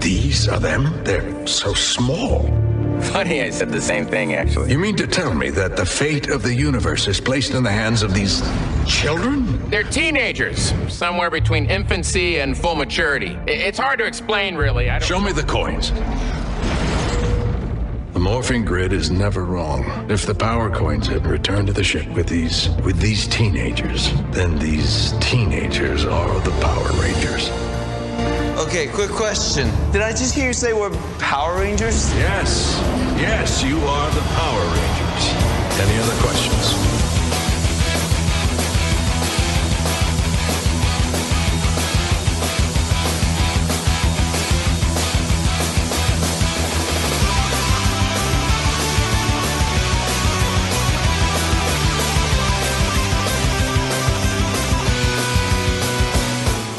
These are them? They're so small. Funny, I said the same thing, actually. You mean to tell me that the fate of the universe is placed in the hands of these children? They're teenagers, somewhere between infancy and full maturity. I- It's hard to explain, really. I don't... Show me the coins. The morphing grid is never wrong. If the power coins had returned to the ship with these with these teenagers, then these teenagers are the Power Rangers. Okay, quick question. Did I just hear you say we're Power Rangers? Yes. Yes, you are the Power Rangers. Any other questions?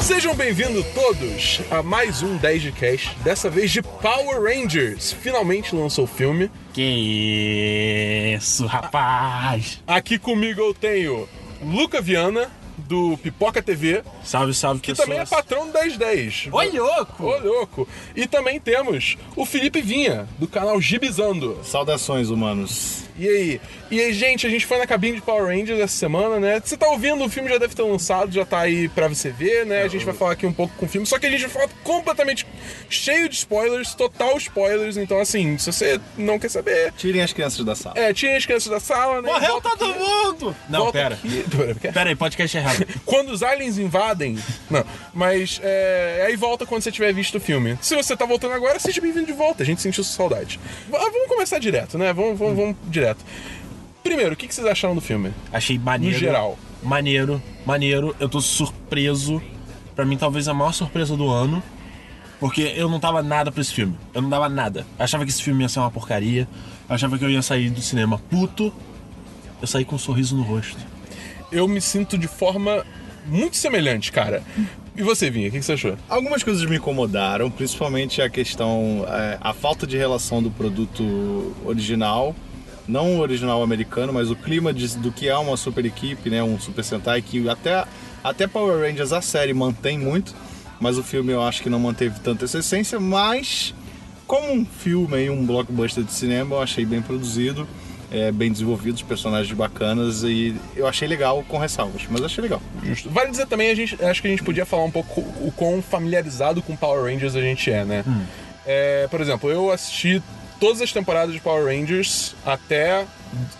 Sejam bem-vindos todos a mais um 10 de Cash, dessa vez de Power Rangers. Finalmente lançou o filme. Que isso, rapaz! Aqui comigo eu tenho Luca Viana, do Pipoca TV, Salve, salve, que também é patrão do 1010. Ô, louco! Ô, louco! E também temos o Felipe Vinha, do canal Gibizando. Saudações, humanos. E aí? E aí, gente, a gente foi na cabine de Power Rangers essa semana, né? Você tá ouvindo, o filme já deve ter lançado, já tá aí pra você ver, né? A gente vai falar aqui um pouco com o filme, só que a gente vai falar completamente cheio de spoilers, total spoilers, então assim, se você não quer saber, Tirem as crianças da sala. é, tira as crianças da sala, né? Morreu Volta todo aqui, mundo! é Não, volta pera. aqui. Pera aí, podcast é errado. Quando os aliens invadem. Não, mas é, aí volta quando você tiver visto o filme. Se você tá voltando agora, seja bem-vindo de volta. A gente sentiu sua saudade. V- ah, vamos começar direto, né? Vamos, vamos, vamos direto. Primeiro, o que que vocês acharam do filme? Achei maneiro. No geral. Maneiro, maneiro. Eu tô surpreso. Pra mim, talvez a maior surpresa do ano. Porque eu não tava nada pra esse filme. Eu não dava nada. Eu achava que esse filme ia ser uma porcaria. Eu achava que eu ia sair do cinema puto. Eu saí com um sorriso no rosto. Eu me sinto de forma muito semelhante, cara. E você, Vinha, o que que você achou? Algumas coisas me incomodaram, principalmente a questão, é, a falta de relação do produto original, não o original americano, mas o clima de- do que é uma super equipe, né, um super Sentai que até até Power Rangers a série mantém muito, mas o filme eu acho que não manteve tanto essa essência, mas como um filme e um blockbuster de cinema, eu achei bem produzido. é, bem desenvolvidos, personagens bacanas e eu achei legal com ressalvas, mas achei legal. Justo. Vale dizer também, a gente, acho que a gente podia falar um pouco o quão familiarizado com Power Rangers a gente é, né? É, por exemplo, eu assisti todas as temporadas de Power Rangers até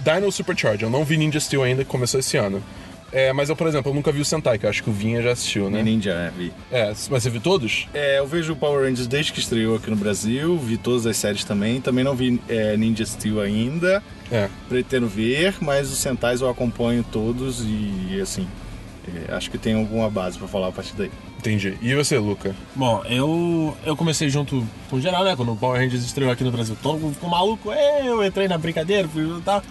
Dino Supercharge. Eu não vi Ninja Steel ainda, que começou esse ano. É, mas eu, por exemplo, eu nunca vi o Sentai, que eu acho que o Vinha já assistiu, né? Ninja, né? Vi. É, mas você viu todos? É, eu vejo o Power Rangers desde que estreou aqui no Brasil, vi todas as séries também. Também não vi é, Ninja Steel ainda, É. pretendo ver, mas os Sentais eu acompanho todos e, assim, é, acho que tem alguma base pra falar a partir daí. Entendi. E você, Luca? Bom, eu, eu comecei junto com o geral, né? Quando o Power Rangers estreou aqui no Brasil, todo mundo ficou maluco. "É, Eu entrei na brincadeira, fui tá.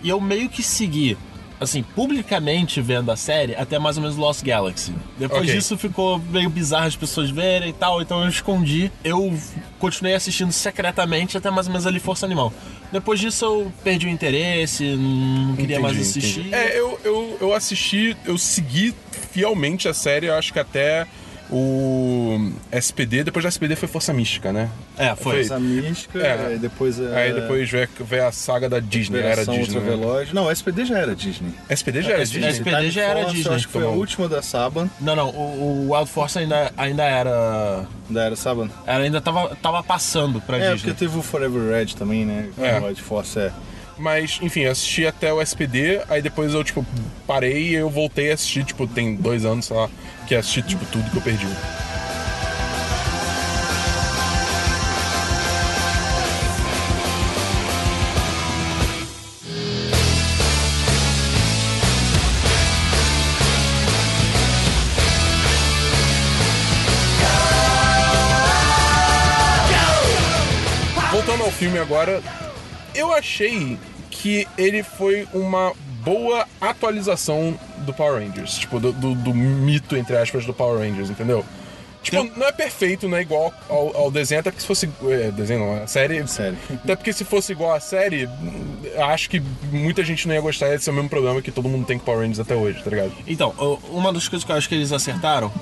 E eu meio que segui, assim, publicamente vendo a série até mais ou menos Lost Galaxy. Depois Ok. disso ficou meio bizarro as pessoas verem e tal, então eu escondi. Eu continuei assistindo secretamente até mais ou menos ali Força Animal. Depois disso eu perdi o interesse, não queria mais Entendi, assistir. entendi. É, eu, eu, eu assisti, eu segui fielmente a série, eu acho que até o SPD, depois da SPD foi Força Mística, né? É, foi. Essa mística, É. é, depois a. Aí depois vê, vê a saga da Disney, era Operação Disney. né? Ultraveloz. Não, SPD já era Disney. SPD já era SPD. Disney? Time já era Force, eu Disney, Acho que foi a tomou. última da Saban. Não, não, o, o Wild Force ainda, ainda era. Da era Saban. Ela ainda tava, tava passando pra É, Disney. porque teve o Forever Red também, né? É. O Red Force é. Mas, enfim, eu assisti até o SPD, aí depois eu, tipo, parei e eu voltei a assistir, tipo, tem dois anos, sei lá, que eu assisti, tipo, tudo que eu perdi. Voltando ao filme agora, eu achei que ele foi uma boa atualização do Power Rangers, tipo, do, do- do mito, entre aspas, do Power Rangers, entendeu? Tipo, não é perfeito, não é igual ao, ao desenho, até porque se fosse. é, desenho não, a série. Série. Até porque se fosse igual à série, acho que muita gente não ia gostar, ia ser o mesmo problema que todo mundo tem com Power Rangers até hoje, tá ligado? Então, o- uma das coisas que eu acho que eles acertaram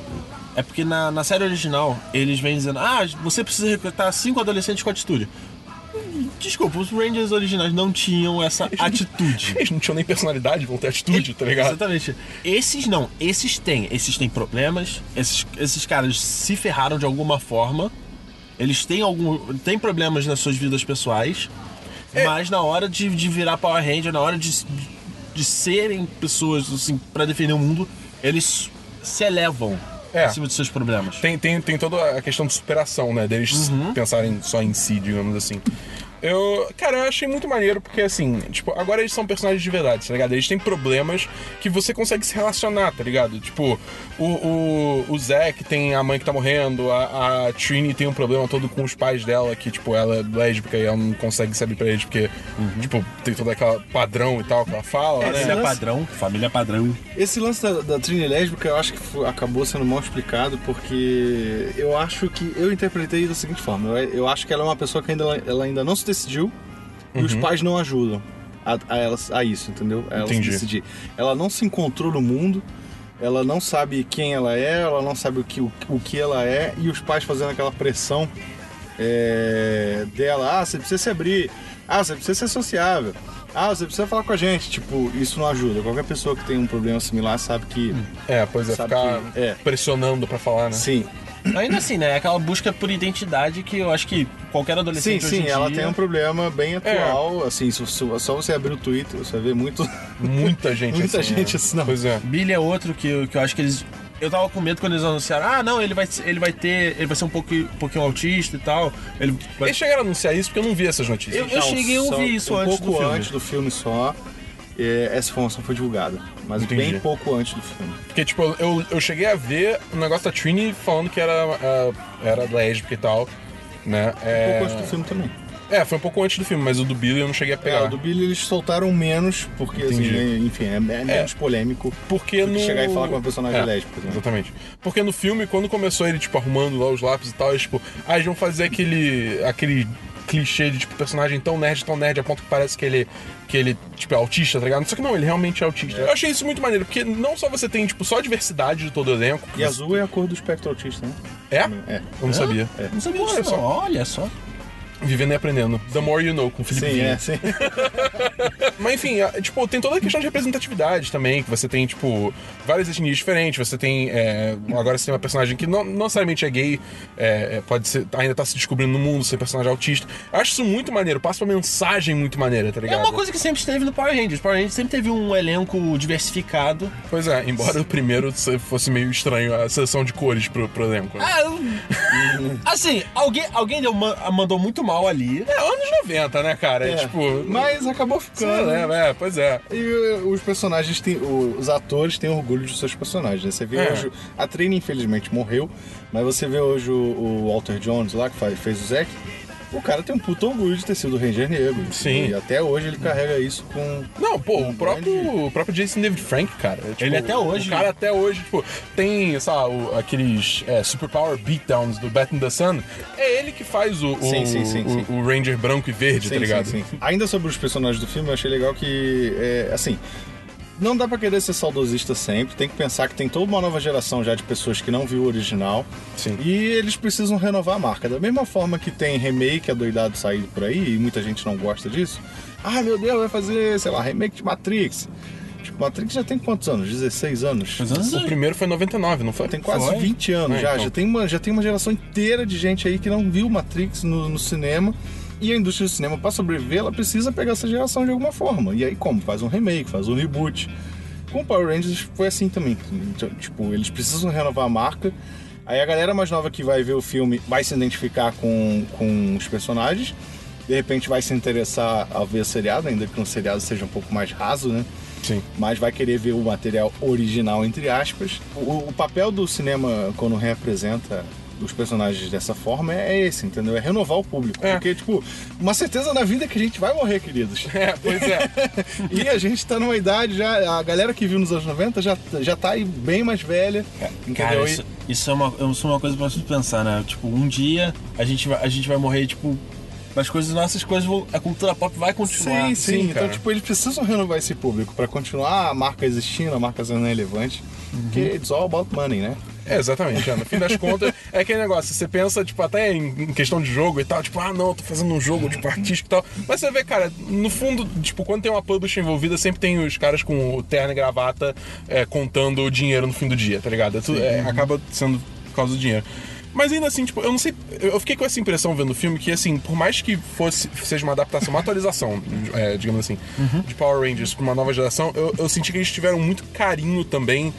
É porque na, na série original eles vêm dizendo: ah, você precisa recrutar cinco adolescentes com atitude. Desculpa, os Rangers originais não tinham essa atitude. Eles não tinham nem personalidade, vão ter atitude, tá ligado? Exatamente. Esses não, esses têm. Esses têm problemas, esses, esses caras se ferraram de alguma forma. Eles têm algum. têm problemas nas suas vidas pessoais. É. Mas na hora de, de virar Power Ranger, na hora de, de serem pessoas assim, para defender o mundo, eles se elevam É. acima dos seus problemas. Tem, tem, tem toda a questão de superação, né? Deles Uhum. pensarem só em si, digamos assim. Eu, cara, eu achei muito maneiro porque, assim, tipo, agora eles são personagens de verdade, tá ligado? Eles têm problemas que você consegue se relacionar, tá ligado? Tipo, o, o, o Zack tem a mãe que tá morrendo, a, a Trini tem um problema todo com os pais dela, que, tipo, ela é lésbica e ela não consegue saber pra eles porque, Uhum. tipo, tem todo aquele padrão e tal que ela fala, É, né? Família padrão, família padrão. Esse lance da, da Trini lésbica eu acho que fo- acabou sendo mal explicado porque eu acho que. Eu interpretei da seguinte forma: eu, eu acho que ela é uma pessoa que ainda, ela ainda não se decidiu e os pais não ajudam a, a, ela, a isso, entendeu? A ela Entendi. se decidir. Ela não se encontrou no mundo. Ela não sabe quem ela é, ela não sabe o que, o, o que ela é, e os pais fazendo aquela pressão é, dela, ah, você precisa se abrir, ah, você precisa ser sociável, ah, você precisa falar com a gente. Tipo, isso não ajuda. Qualquer pessoa que tem um problema similar sabe que. Hum. É, pois é, Sabe ficar que- é. pressionando pra falar, né? Sim, Ainda assim, né? Aquela busca por identidade que eu acho que qualquer sim, adolescente hoje sim, em ela dia... É. tem um problema bem atual. Assim, se- se- só você abrir o Twitter, você vê muito. Muita gente Muita assim, gente né? assim, não. Pois é. Billy é outro que, eu- que eu acho que eles. Eu tava com medo quando eles anunciaram, ah não, ele vai, ele vai ter. Ele vai ser um pouco, um pouquinho autista e tal. Ele vai- Eles chegaram a anunciar isso porque eu não vi essas notícias. Eu- eu Não, cheguei a só ouvir isso um antes pouco do filme. antes do filme só. é, Essa informação foi divulgada, mas Entendi. bem pouco antes do filme. Porque, tipo, eu, eu cheguei a ver o negócio da Trini falando que era, ah, era lésbica e tal, né? Um É... pouco antes do filme também. é, foi um pouco antes do filme, mas o do Billy eu não cheguei a É, pegar. o do Billy eles soltaram menos, porque Entendi. assim, enfim, é, é menos polêmico. Porque do no... É, que chegar e falar com uma personagem lésbica, né? Exatamente. Porque no filme, quando começou ele, tipo, arrumando lá os lápis e tal, eles, tipo, ah, eles vão fazer aquele. aquele clichê de tipo personagem tão nerd, tão nerd, a ponto que parece que ele. que ele, tipo, é autista, tá ligado? Só que não, ele realmente é autista. Eu achei isso muito maneiro, porque não só você tem, tipo, só a diversidade de todo o elenco. E azul é a cor do espectro autista, né? É? É. Eu não sabia. Não sabia Olha disso, não. só. Olha só. É Vivendo e aprendendo. The more you know, com o Felipe Sim, Vinha. é, sim. Mas enfim, a- tipo, tem toda a questão de representatividade também, que você tem, tipo, várias etnias diferentes, você tem. é, agora você tem uma personagem que não, não necessariamente é gay, é, é, pode ser, ainda tá se descobrindo no mundo, ser personagem autista. Eu acho isso muito maneiro, passa uma mensagem muito maneira, tá É ligado? uma coisa que sempre esteve no Power Rangers. Power Rangers sempre teve um elenco diversificado. Pois é, embora o primeiro se- fosse meio estranho a seleção de cores pro, pro elenco. né? Ah, eu- assim, alguém, alguém deu ma- mandou muito mal ali. É anos 90, né, cara? É, tipo. Mas acabou sei ficando. lá, né? É, pois é. E uh, os personagens têm. o- Os atores têm orgulho de seus personagens, né? Você vê É. hoje. A Trina, infelizmente, morreu, mas você vê hoje o, o Walter Jones lá, que faz, fez o Zack. O cara tem um puto orgulho de ter sido o Ranger Negro. Sim. E até hoje ele carrega isso com. Não, pô, o próprio, grande- o próprio Jason David Frank, cara. é, tipo, Ele até hoje- O né? cara até hoje, tipo, tem, sei lá, o- aqueles é, Superpower Beatdowns do Batman the Sun. É ele que faz o, o, Sim, sim, sim, o- sim. o Ranger branco e verde, tá ligado? Sim, sim. Ainda sobre os personagens do filme, eu achei legal que, é, assim, não dá pra querer ser saudosista sempre. Tem que pensar que tem toda uma nova geração já de pessoas que não viu o original. Sim. E eles precisam renovar a marca. Da mesma forma que tem remake adoidado saído por aí, e muita gente não gosta disso. Ah, meu Deus, vai fazer, sei lá, remake de Matrix. Tipo, Matrix já tem quantos anos? 16 anos? O primeiro foi em 99, não foi? Tem quase Foi? 20 anos É, já. então. Já, tem uma, já tem uma geração inteira de gente aí que não viu Matrix no, no cinema. E a indústria do cinema, para sobreviver, ela precisa pegar essa geração de alguma forma. E aí, como? Faz um remake, faz um reboot. Com Power Rangers foi assim também. Então, Tipo, eles precisam renovar a marca. Aí a galera mais nova que vai ver o filme vai se identificar com, com os personagens. De repente vai se interessar a ver o seriado, ainda que um seriado seja um pouco mais raso, né? Sim. mas vai querer ver o material original, entre aspas. O, o papel do cinema, quando representa os personagens dessa forma, é esse, entendeu? É renovar o público. É. Porque, tipo, uma certeza na vida é que a gente vai morrer, queridos. É, pois é. e a gente tá numa idade já. A galera que viu nos anos 90 já, já tá aí bem mais velha. Entendeu? Cara, E- isso, isso, é uma, isso é uma coisa pra gente pensar, né? Tipo, um dia a gente vai, a gente vai morrer, tipo. Mas coisas, nossas coisas vão. A cultura pop vai continuar. Sim, sim. Sim, então, cara. tipo, eles precisam renovar esse público pra continuar a marca existindo, a marca sendo relevante. Porque it's all about money, né? É, exatamente. é, no fim das contas, é aquele negócio. Você pensa, tipo, até em em questão de jogo e tal, tipo, ah, não, eu tô fazendo um jogo tipo, artístico e tal. Mas você vê, cara, no fundo, tipo, quando tem uma publisher envolvida, sempre tem os caras com o terno e gravata é, contando o dinheiro no fim do dia, tá ligado? É tudo- é, acaba sendo por causa do dinheiro. Mas ainda assim, tipo, eu não sei. Eu fiquei com essa impressão vendo o filme que, assim, por mais que fosse seja uma adaptação, uma atualização, é, digamos assim, de Power Rangers pra uma nova geração, eu, eu senti que eles tiveram muito carinho também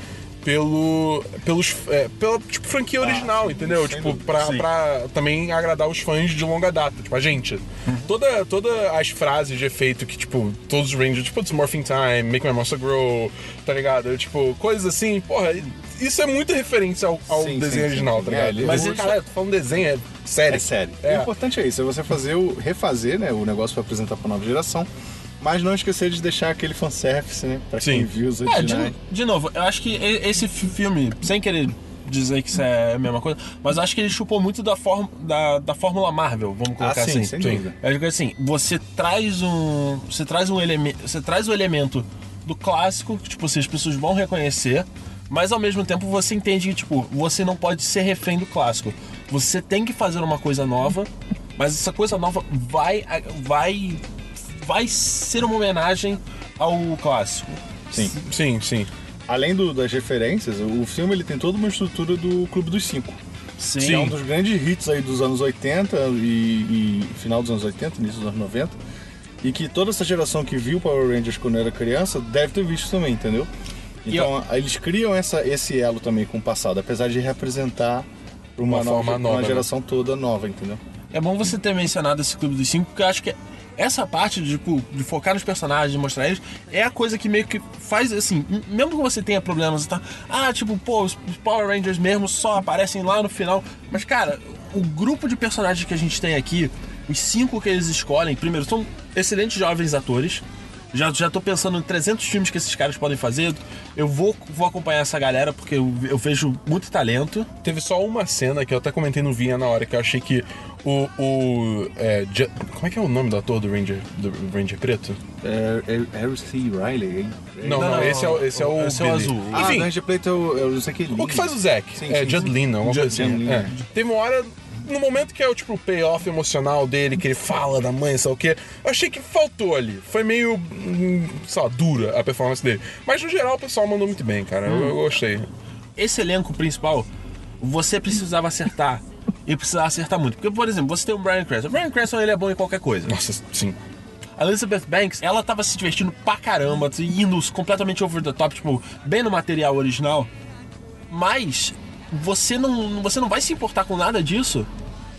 pelo. pelos. é, pela tipo, franquia original, entendeu? Tipo, pra, Sim. pra também agradar os fãs de longa data, tipo, a gente. Uhum. Toda, toda as frases de efeito que, tipo, todos os Rangers, tipo, It's Morphing Time, Make My Monster Grow, tá ligado? Tipo, coisas assim, porra, isso é muito referência ao, ao Sim, sim, desenho sim, original, sim. tá É, ligado? ele- Mas, Mas cara, eu tô falando desenho, é sério. É sério. É. O importante é isso, é você fazer o. refazer né, o negócio pra apresentar pra nova geração, mas não esquecer de deixar aquele fanservice, né? Pra quem Sim. viu os É, originais. de, de novo, eu acho que e- esse fi- filme, sem querer dizer que isso é a mesma coisa, mas eu acho que ele chupou muito da, form, da, da fórmula Marvel, vamos colocar Ah, sim, assim. sem dúvida. Eu acho que assim, você traz um. Você traz um elemento. Você traz o elemento do clássico, que tipo, assim, as pessoas vão reconhecer, mas ao mesmo tempo você entende que, tipo, você não pode ser refém do clássico. Você tem que fazer uma coisa nova, mas essa coisa nova vai. vai. vai ser uma homenagem ao clássico. Sim. Sim, sim. Além do- das referências, o o filme ele tem toda uma estrutura do Clube dos Cinco. Sim. Que é um dos grandes hits aí dos anos 80 e, e final dos anos 80, início dos anos 90. E que toda essa geração que viu Power Rangers quando era criança deve ter visto também, entendeu? E Então eles criam essa, esse elo também com o passado, apesar de representar pra uma, Uma nova, forma nova, uma né? geração toda nova, entendeu? É bom você ter mencionado esse Clube dos Cinco, porque eu acho que essa parte de, tipo, de focar nos personagens, de mostrar eles, é a coisa que meio que faz, assim, m- mesmo que você tenha problemas e tal, ah, tipo, pô, os os Power Rangers mesmo só aparecem lá no final, mas, cara, o grupo de personagens que a gente tem aqui, os cinco que eles escolhem, primeiro, são excelentes jovens atores, já, já tô pensando em 300 filmes que esses caras podem fazer, eu vou, vou acompanhar essa galera, porque eu, eu vejo muito talento. Teve só uma cena que eu até comentei no Vinha na hora que eu achei que o. o é, Ju- como é que é o nome do ator do Ranger, do Ranger Preto? É, Harry C. Riley, hein? Não, não, Não, esse é o, esse é o esse é o Billy. azul. Ah, Enfim, Ranger Plate é o, é o não sei que o que faz o Zack? Sim, é sim, Judd sim. Lino, alguma coisa Judd assim. Lino. É. Teve uma hora, no momento que é o tipo o payoff emocional dele, que ele fala da mãe, sei lá o quê, eu achei que faltou ali. Foi meio, hum, sei lá, dura a performance dele. Mas no geral o pessoal mandou muito bem, cara. Eu, eu gostei. esse elenco principal, você precisava acertar. E precisava acertar muito. Porque, por exemplo, você tem o Brian Cranston. O Brian Cranston, ele é bom em qualquer coisa. Nossa, sim. A Elizabeth Banks, ela tava se divertindo pra caramba, assim, indo completamente over the top, tipo, bem no material original. Mas você não, você não vai se importar com nada disso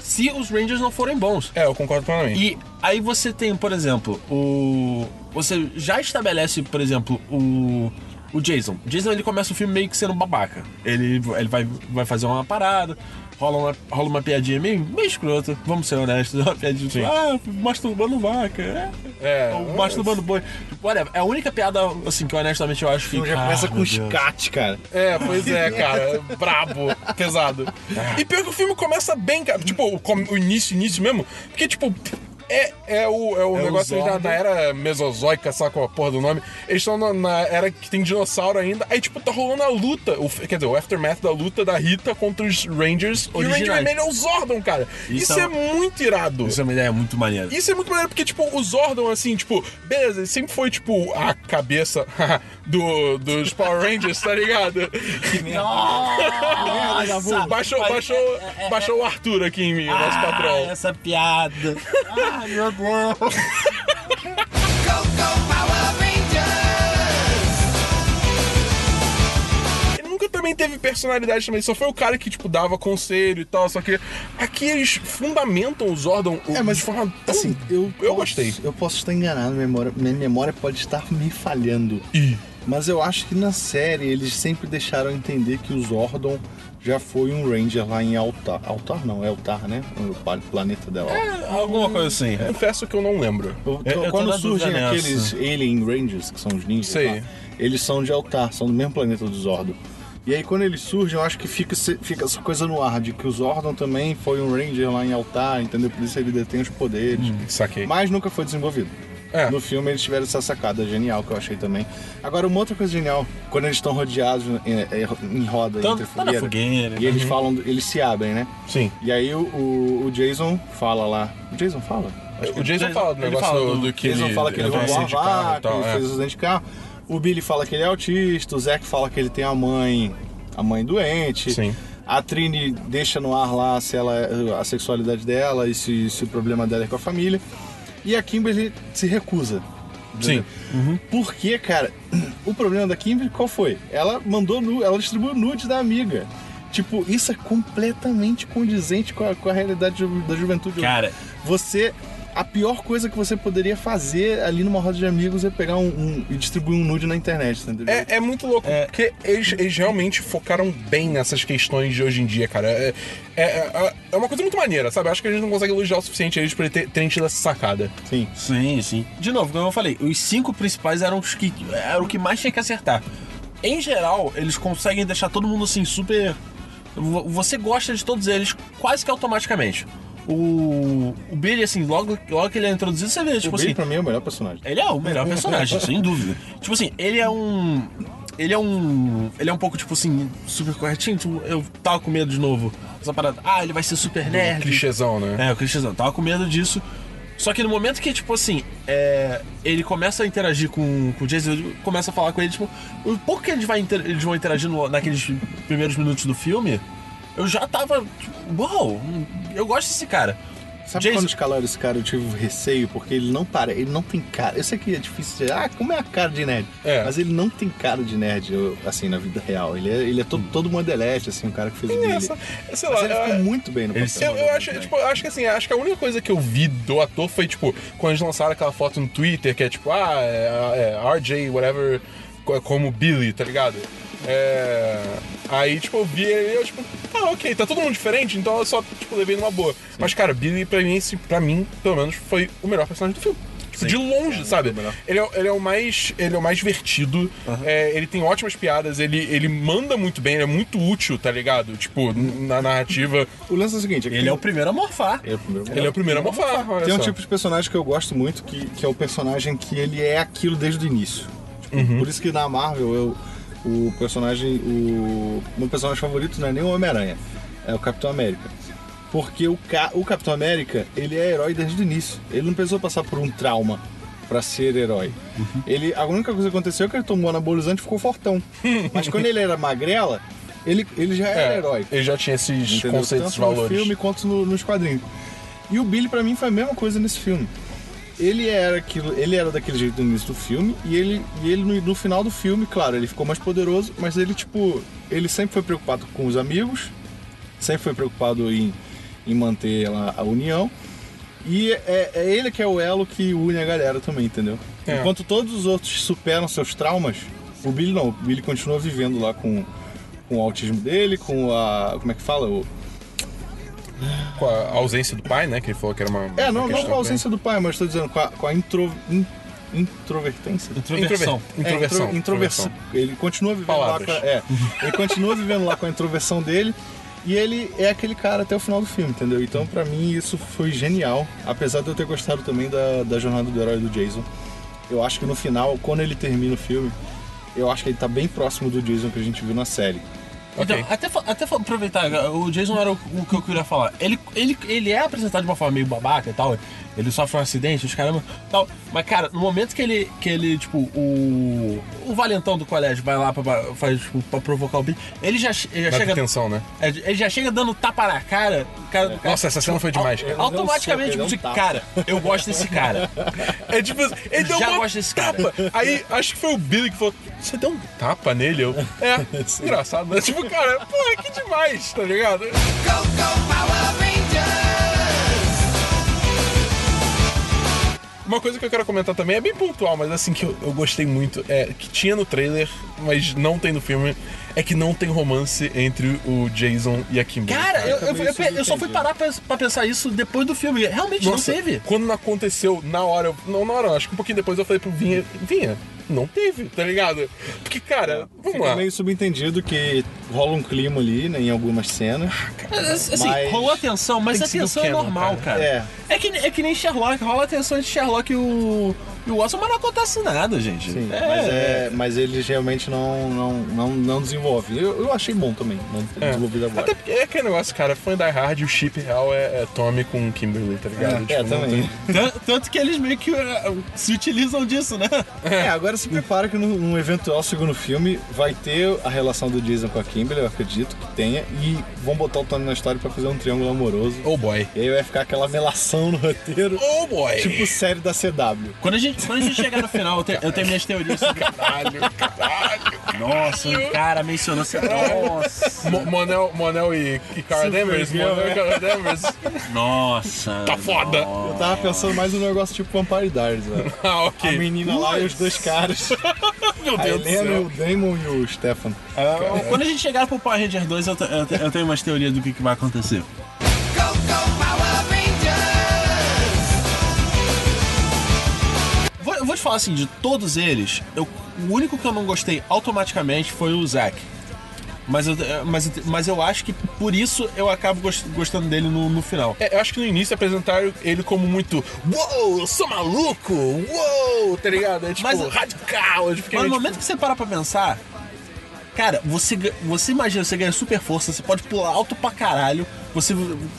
se os Rangers não forem bons. É, eu concordo plenamente. E aí você tem, por exemplo, o. Você já estabelece, por exemplo, o. O Jason. O Jason ele começa o filme meio que sendo babaca. Ele, ele vai, vai fazer uma parada, rola uma, rola uma piadinha meio, meio escrota, vamos ser honestos, uma piadinha tipo, ah, masturbando vaca. É, É, Ou é. masturbando boi. Tipo, olha, é a única piada assim que honestamente eu acho que. Já ah, começa com meu os Deus. cat, cara. Então, É, pois é, cara. Brabo, pesado. E pior que o filme começa bem, cara. Tipo, o, com- o início, início mesmo. Porque, tipo. É, é o, é o É o negócio da, Zordo. da era mesozoica, sabe qual a porra do nome? Eles estão na, na era que tem dinossauro ainda. Aí, tipo, tá rolando a luta, o, quer dizer, o aftermath da luta da Rita contra os Rangers. E o Ranger Originais. Vermelho é o Zordon, cara. Isso, Isso é, é uma- muito irado. Isso é uma ideia muito maneira. Isso é muito maneiro, porque, tipo, o Zordon, assim, tipo, beleza, ele sempre foi, tipo, a cabeça do, dos Power Rangers, tá ligado? Nossa, Baixou, mas- baixou, baixou o Arthur aqui em mim, o nosso Ah, patrão. essa piada. Ai, meu Deus. Ele nunca também teve personalidade também, só foi o cara que, tipo, dava conselho e tal, só que aqui eles fundamentam os Zordon o- É, mas de forma tão- assim, eu, eu posso- gostei. Eu posso estar enganado, minha memória, minha memória pode estar me falhando. Ih. Mas eu acho que na série eles sempre deixaram entender que o Zordon já foi um Ranger lá em Altar. Altar não, é Altar, né? O pla- planeta dela. Alguma coisa assim. Confesso que eu não lembro. Eu- É, eu- eu tô Quando na surgem dúvida aqueles nessa. Alien Rangers, que são os ninjas, Sei. lá, eles são de Altar, são do mesmo planeta do Zordon. E aí quando eles surgem, eu acho que fica, se- fica essa coisa no ar, de que o Zordon também foi um Ranger lá em Altar, entendeu? Por isso ele detém os poderes. Hum. Saquei. Mas nunca foi desenvolvido. É. No filme eles tiveram essa sacada genial que eu achei também. Agora, uma outra coisa genial, quando eles estão rodeados em, em roda Tá- entre tá na fogueira, fogueira, e eles uhum. falam, eles se abrem, né? Sim. E aí o, o- o Jason fala lá. O Jason fala? O Jason Ele fala do fala negócio do- do, do que Jason ele fala que ele entrou em roubou a acidente de carro e vaca, tal, ele é. fez o acidente de carro. O Billy fala que ele é autista, o Zack fala que ele tem a mãe, a mãe doente. Sim. A Trini deixa no ar lá se ela, a sexualidade dela e se, se o problema dela é com a família. E a Kimberly se recusa. Sim. Uhum. Porque, cara, o problema da Kimberly qual foi? Ela mandou nu, ela distribuiu nude da amiga. Tipo, isso é completamente condizente com a, com a realidade ju- da juventude. Cara. Você. A pior coisa que você poderia fazer ali numa roda de amigos é pegar um, um- e distribuir um nude na internet, entendeu? É, é muito louco, porque eles, eles realmente focaram bem nessas questões de hoje em dia, cara. É, é, é- é uma coisa muito maneira, sabe? Acho que a gente não consegue elogiar o suficiente a eles pra ter- terem tido essa sacada. Sim. Sim, sim. De novo, como eu falei, os cinco principais eram os que era o que mais tinha que acertar. Em geral, eles conseguem deixar todo mundo assim super. vo- Você gosta de todos eles quase que automaticamente. O, o Billy, assim, logo, logo que ele é introduzido, você vê, tipo o Billy, assim. pra mim, é o melhor personagem. Ele é o melhor personagem, sem dúvida. Tipo assim, ele é um. Ele é um. Ele é um pouco, tipo assim, super corretinho. Tipo, eu tava com medo de novo. Essa parada. Ah, ele vai ser super é nerd. Clichêzão, né? É, o Cristiano tava com medo disso. Só que no momento que, tipo assim, é, ele começa a interagir com, com o Jason, ele começa a falar com ele, tipo, o pouco que eles, vai inter- eles vão interagir no- naqueles primeiros minutos do filme, eu já tava, tipo, uau, eu gosto desse cara. é, Sabe Jason- quando escalaram esse cara, eu tive receio, porque ele não para, ele não tem cara. Eu sei que é difícil dizer, ah, como é a cara de nerd? É. Mas ele não tem cara de nerd, eu- assim, na vida real. Ele é, ele é todo, todo modelete, assim, o cara que fez o Hum. É, dele. essa- sei lá, é, Mas ele eu- ficou muito bem no papel. Eu, eu acho, tipo, eu acho que assim, acho que a única coisa que eu vi do ator foi, tipo, quando eles lançaram aquela foto no Twitter, que é tipo, ah, é, é, RJ, whatever, co- como Billy, tá ligado? É, Aí, tipo, eu vi ele e eu, tipo, ah, ok, tá todo mundo diferente, então eu só, tipo, levei numa boa. Mas, cara, Billy, pra mim, esse- pra mim, pelo menos, foi o melhor personagem do filme. Tipo, de longe, sabe? Ele é, ele é o mais, ele é o mais divertido, é, ele tem ótimas piadas, ele, ele manda muito bem, ele é muito útil, tá ligado? Tipo, n- na narrativa. O lance é o seguinte: é que Ele é o primeiro a morfar. é o primeiro. Ele é o primeiro a mofar, olha Tem um só. tipo de personagem que eu gosto muito, que, que é o personagem que ele é aquilo desde o início. Tipo, Uhum. Por isso que na Marvel eu, o personagem. O meu personagem favorito não é nem o Homem-Aranha, é o Capitão América. Porque o, ca- o Capitão América, ele é herói desde o início. Ele não precisou passar por um trauma pra ser herói. Uhum. Ele, a única coisa que aconteceu é que ele tomou anabolizante e ficou fortão. Mas quando ele era magrela, ele, ele já era É, herói. Ele já tinha esses Entendeu? conceitos Tanto no valores. filme quanto no- nos quadrinhos. E o Billy, pra mim, foi a mesma coisa nesse filme. Ele era, aquilo, ele era daquele jeito no início do filme, e ele, e ele no, no final do filme, claro, ele ficou mais poderoso, mas ele, tipo, ele sempre foi preocupado com os amigos, sempre foi preocupado em, em manter ela- a união, e é, é ele que é o elo que une a galera também, entendeu? É. Enquanto todos os outros superam seus traumas, o Billy não, o Billy continua vivendo lá com, com o autismo dele, com a. Como é que fala? O, Com a ausência do pai, né? Que ele falou que era uma. É, uma não, não questão com a ausência do pai, mas estou dizendo com a, com a intro, in- introvertência. bem- Introversão. Introver- Introversão. É, intro- introversão. Ele continua vivendo Palavras. lá com a, é, ele continua vivendo lá com a introversão dele. E ele é aquele cara até o final do filme, entendeu? Então, pra mim, isso foi genial. Apesar de eu ter gostado também da, da jornada do herói do Jason. Eu acho que no final, quando ele termina o filme, eu acho que ele tá bem próximo do Jason que a gente viu na série. Então, Ok. até, fa- até fa- aproveitar, eh, o Jason era o, o que eu queria falar. Ele, ele, ele é apresentado de uma forma meio babaca e tal. Ele sofre um acidente, os caramba tal. Mas, cara, no momento que ele, que ele tipo, o. O valentão do colégio vai lá pra, pra- faz, tipo, pra provocar o bicho, ele já, che- ele já Dá chega. atenção, né? é, Ele já chega dando tapa na cara. o cara, do cara Nossa, essa cena foi demais, cara. automaticamente, Ele deu tipo, um assim, tapa. cara, eu gosto desse cara. É tipo assim, ele deu Já uma gosto desse cara. tapa. Aí acho que foi o Billy que falou: Você deu um tapa nele? Eu, é, engraçado, né? Tipo, cara, porra, que demais, tá ligado? Uma coisa que eu quero comentar também é bem pontual, mas assim que eu, eu gostei muito, é que tinha no trailer, mas não tem no filme, é que não tem romance entre o Jason e a Kimberly. Cara, eu, eu, também eu- é isso eu não eu só fui entendi. parar pra, pra pensar isso depois do filme. Realmente Nossa, não teve. Quando não aconteceu, na hora, eu- não na hora, acho que um pouquinho depois eu falei pro Vinha, Vinha, não teve, tá ligado? Porque, cara, vamos É, Fica lá. meio subentendido que rola um clima ali, né, em algumas cenas. Assim, Mas- rolou a tensão, mas Tem a sido tensão é Cameron, normal, cara. É. É. que, é que nem Sherlock, rola a tensão entre Sherlock e o, E o Watson, mas não acontece nada, gente. Sim, mas, é, mas eles realmente não, não, não, não desenvolvem. Eu, eu achei bom também, não ter desenvolvido agora. Até porque é aquele negócio, cara, fã de Die Hard, o chip real é, é Tommy com Kimberly, tá ligado? É, não também. tem- Tan- Tanto, que eles meio que eh, se utilizam disso, né? É, agora se prepara que num num eventual segundo filme vai ter a relação do Jason com a Kimberly, eu acredito que tenha, e vão botar o Tony na história pra fazer um triângulo amoroso. Oh boy. E aí vai ficar aquela melação no roteiro, Oh boy! tipo série da CW. Quando a gente, quando a gente chegar no final, eu, te- eu tenho minhas teorias sobre. Caralho, caralho. Nossa, o cara mencionou assim. Nossa. Mo- Monel, Monel e, e Cara Danvers, Supergirl, Monel e né? Cara Danvers. Nossa. Tá foda. Eu tava pensando mais no negócio tipo Vampire Diaries, velho. Ah, A ok. menina lá e os dois caras. Meu A Deus do Helena, céu. o Damon e o Stefan. Então, Quando a gente chegar pro Power Rangers 2, eu, te- eu te- eu tenho umas teorias do que, que vai acontecer. Vou, eu vou te falar assim, de todos eles, eu- o único que eu não gostei automaticamente foi o Zack. Mas eu, eh, mas, eu- mas eu acho que por isso eu acabo gos- gostando dele no, no final. É, eu acho que no início apresentaram ele como muito Uou, eu sou maluco! Uou! Tá ligado? É tipo Mas- radical. Eu fiquei Mas no tipo, momento que você para pra pensar, cara, você, ga- você imagina, você ganha super força, você pode pular alto pra caralho, você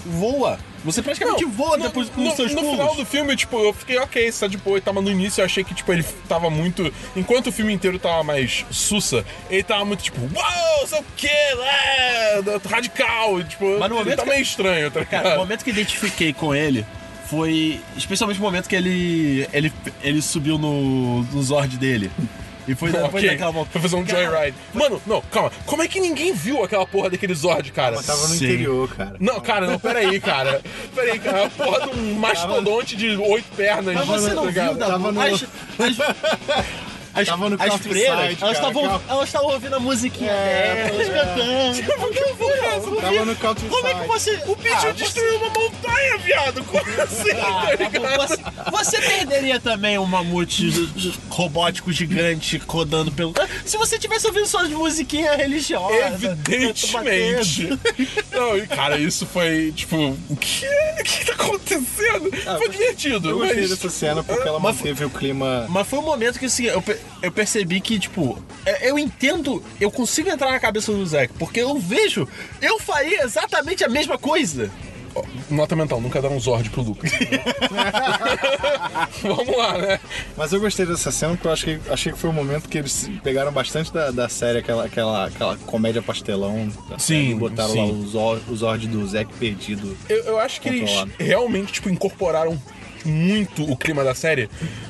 voa. Você praticamente voa no- depois no, dos seus no pulos. final do filme, tipo, eu fiquei ok, isso tá de boa e tal, mas no início eu achei que, tipo, ele tava muito. Enquanto o filme inteiro tava mais sussa, ele tava muito tipo, uou, sei o que, radical, e, tipo, Mas no ele momento tá que- meio estranho, tá Cara, o ligado? momento que eu identifiquei com ele foi especialmente o momento que ele ele, ele subiu no, no Zord dele. E foi depois Ok, daquela volta. Foi fazer um Cara, joyride. Mano, não, calma. Como é que ninguém viu aquela porra daquele Zord, cara? Mas tava no Sim. interior, cara. Não, cara, não, peraí, cara. Peraí, cara. A porra de um mastodonte de oito pernas. Mas você não tá ligado? viu, Dabu? Tava no- As, as, as, Tava no as countryside, freiras, cara, elas estavam calma. É. elas estavam ouvindo a musiquinha dela, elas cantando. Como que eu vou, cara? Tava no Ah, countryside. Como é que você... O bicho Bicho, Ah, destruiu uma montanha, viado. Ah, Como assim, tá ligado? Você, você perderia também um mamute robótico gigante rodando pelo. Se você tivesse ouvindo suas musiquinhas religiosas. né, Evidentemente. Não, e, cara, isso foi tipo, o que, o que tá acontecendo? Ah, foi divertido. Eu gostei mas- dessa cena porque ela Mas- manteve o clima. Mas foi um momento que assim, eu, pe- eu percebi que, tipo, é- eu entendo, eu consigo entrar na cabeça do Zack, porque eu vejo, eu faria exatamente a mesma coisa. Nota mental, nunca dá um Zord pro Lucas. Vamos lá, né? Mas eu gostei dessa cena porque eu achei, achei que foi o momento que eles se pegaram bastante da, da série, aquela, aquela, aquela comédia pastelão. da Sim, série, botaram sim. lá os, or- os ordens do Zack perdido. Eu, eu acho que eles Controlado. realmente, tipo, incorporaram muito o clima da série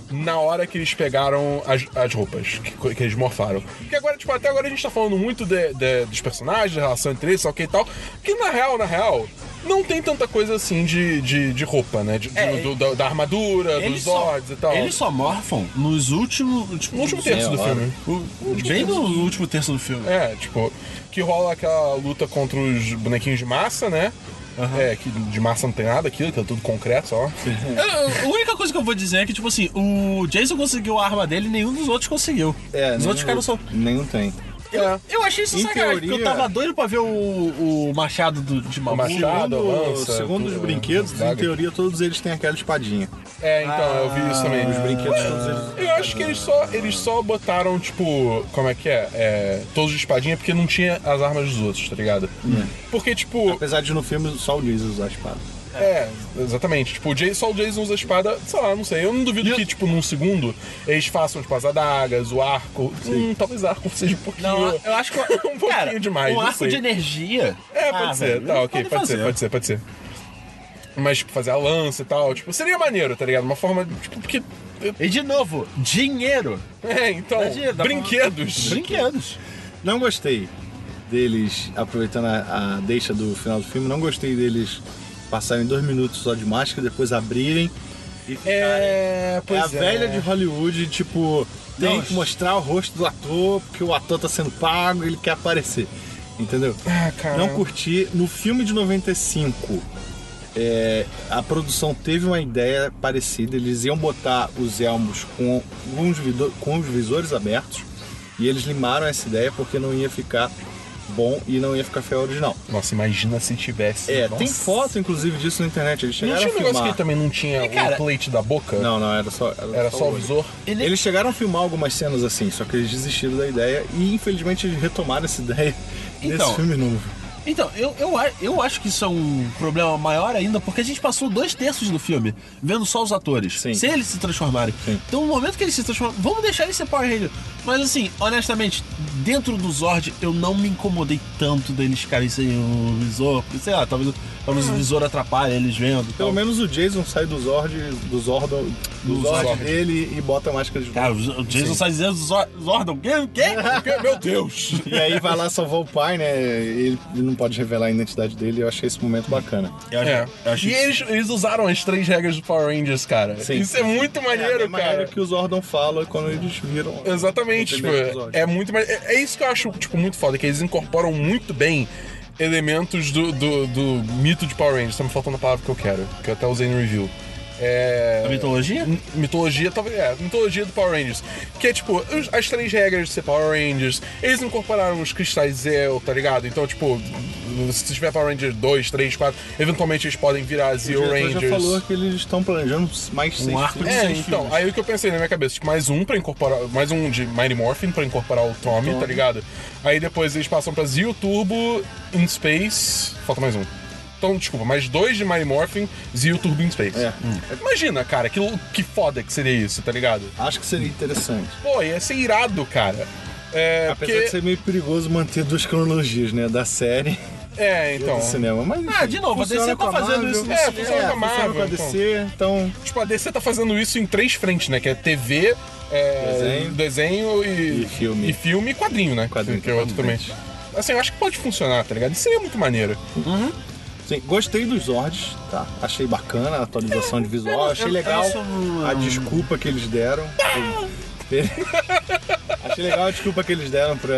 na hora que eles pegaram as, as roupas, que, co- que eles morfaram. Porque agora, tipo, até agora a gente tá falando muito de- de- dos personagens, da relação entre eles, ok e tal. Que na real, na real, não tem tanta coisa assim de, de, de roupa, né? De- do- É, do- da, da armadura, dos zords Tá e tal. eles só morfam nos últimos. Tipo, No último terço do hora. filme. o- bem no último terço do filme. É, tipo, que rola aquela luta contra os bonequinhos de massa, né? É, que de massa não tem nada aquilo, que é tudo concreto só. Eu- A única coisa que eu vou dizer é que, tipo assim, o Jason conseguiu a arma dele e nenhum dos outros conseguiu. Os nenhum- É, outros ficaram só. Nenhum tem. É. Eu achei isso Em sacanagem, porque eu teoria- tava doido pra ver o, o machado do- de O Mamu. machado, a Segundo, Ah, lança, segundo os tudo, né? brinquedos, daga. em teoria todos eles têm aquela espadinha. É, então, eu vi isso também. Os brinquedos todos eles. Eu acho que eles só, eles só botaram, tipo, como é que é? É, Todos de espadinha, porque não tinha as armas dos outros, tá ligado? Hum. Porque, tipo, Apesar de no filme só o Liz usar a espada. é, exatamente. Tipo, o Jason, só o Jason usa a espada, sei lá, não sei. Eu não duvido que, tipo, num segundo, eles façam, tipo, as adagas, o arco. Hum, talvez arco seja um pouquinho. Não, eu acho que. um pouquinho cara, demais, Um não arco sei. de energia. É, Ah, pode ser, velho, tá, eles ok, podem pode ser, fazer. pode ser, pode ser. Mas, tipo, fazer a lança e tal, tipo, seria maneiro, tá ligado? Uma forma, tipo, porque. E de novo, dinheiro. É, então, Dá dinheiro, dá pra- brinquedos. Brinquedos. Não gostei deles, aproveitando a, a deixa do final do filme, não gostei deles passarem dois minutos só de máscara, depois abrirem e ficarem. É, É pois a velha de Hollywood, tipo, tem que mostrar o rosto do ator, porque o ator tá sendo pago, ele quer aparecer. Entendeu? Ah, cara. Não curti. No filme de 95, é, a produção teve uma ideia parecida. Eles iam botar os elmos com, com, os, vido- com os visores abertos. E eles limaram essa ideia porque não ia ficar bom e não ia ficar feio ao original. Nossa, imagina se tivesse. É, Nossa. tem foto, inclusive, disso na internet. Eles Não chegaram tinha um a negócio que filmar. ele também não tinha E, cara, o plate da boca? Não, não, era só. Era só o olho. visor? Ele- Eles chegaram a filmar algumas cenas assim, só que eles desistiram da ideia e infelizmente eles retomaram essa ideia Então. nesse filme novo. Então, eu, eu, a- eu acho que isso é um problema maior ainda, porque a gente passou dois terços do filme vendo só os atores, Sim. sem eles se transformarem. Sim. Então, no momento que eles se transformaram, vamos deixar eles ser Power Ranger. Mas, assim, honestamente, dentro do Zord, eu não me incomodei tanto deles ficarem sem o visor, porque, sei lá, talvez, talvez o Ah. visor atrapalhe eles vendo. e Pelo tal. menos o Jason sai do Zord, do Zordon, do então- Do Zord Zord. dele e bota a máscara de Cara, novo. o Jason sai dizendo Zor- Zordon, o quê? O quê? O quê? Meu Deus! E aí vai lá salvar o pai, né? Ele, ele não pode revelar a identidade dele, eu achei esse momento bacana. Eu acho, É. eu acho E eles, eles usaram as três regras do Power Rangers, cara. Sim. Isso é muito maneiro, é cara. que o Zordon fala quando eles viram. Exatamente, no tipo, primeiro episódio. é muito mais. É, é isso que eu acho, tipo, muito foda, que eles incorporam muito bem elementos do, do, do mito de Power Rangers. Tá me faltando a palavra que eu quero, que eu até usei no review. É. A mitologia? M- Mitologia, talvez. É, mitologia do Power Rangers. Que é tipo, os- as três regras de ser Power Rangers. Eles incorporaram os cristais Zeo, tá ligado? Então, tipo, se tiver Power Rangers 2, 3, 4, eventualmente eles podem virar Zeo O Rangers. diretor já falou que eles estão planejando mais seis Um arco filmes. de- É, seis então, filmes. aí o que eu pensei na minha cabeça, tipo, mais um pra incorporar, mais um de Mighty Morphin pra incorporar o Tommy, tá ligado? Aí depois eles passam pra Zio Turbo, In Space, falta mais um. Então, desculpa, mais dois de Mighty Morphin, Zio Turbo In Space. Hum. É. Imagina, cara, que, lou- que foda que seria isso, tá ligado? Acho que seria interessante. Pô, ia ser irado, cara. É, Apesar porque... de ser meio perigoso manter duas cronologias, né? Da série É, e então... do cinema. Mas, enfim, Ah, de novo, a funciona DC tá com fazendo Marvel, isso no É, cinema. funciona com a Marvel. com a então. DC, então... Tipo, a DC tá fazendo isso em três frentes, né? Que é TV, é, Desenho. desenho, e, E filme. E filme e quadrinho, né? Quadrinho, que é outro também. exatamente. Assim, eu acho que pode funcionar, tá ligado? Isso seria muito maneiro. Sim, gostei dos Zords, tá? Achei bacana a atualização de eu não- visual, achei eu- legal eu sou- a desculpa que eles deram. achei legal a desculpa que eles deram pra,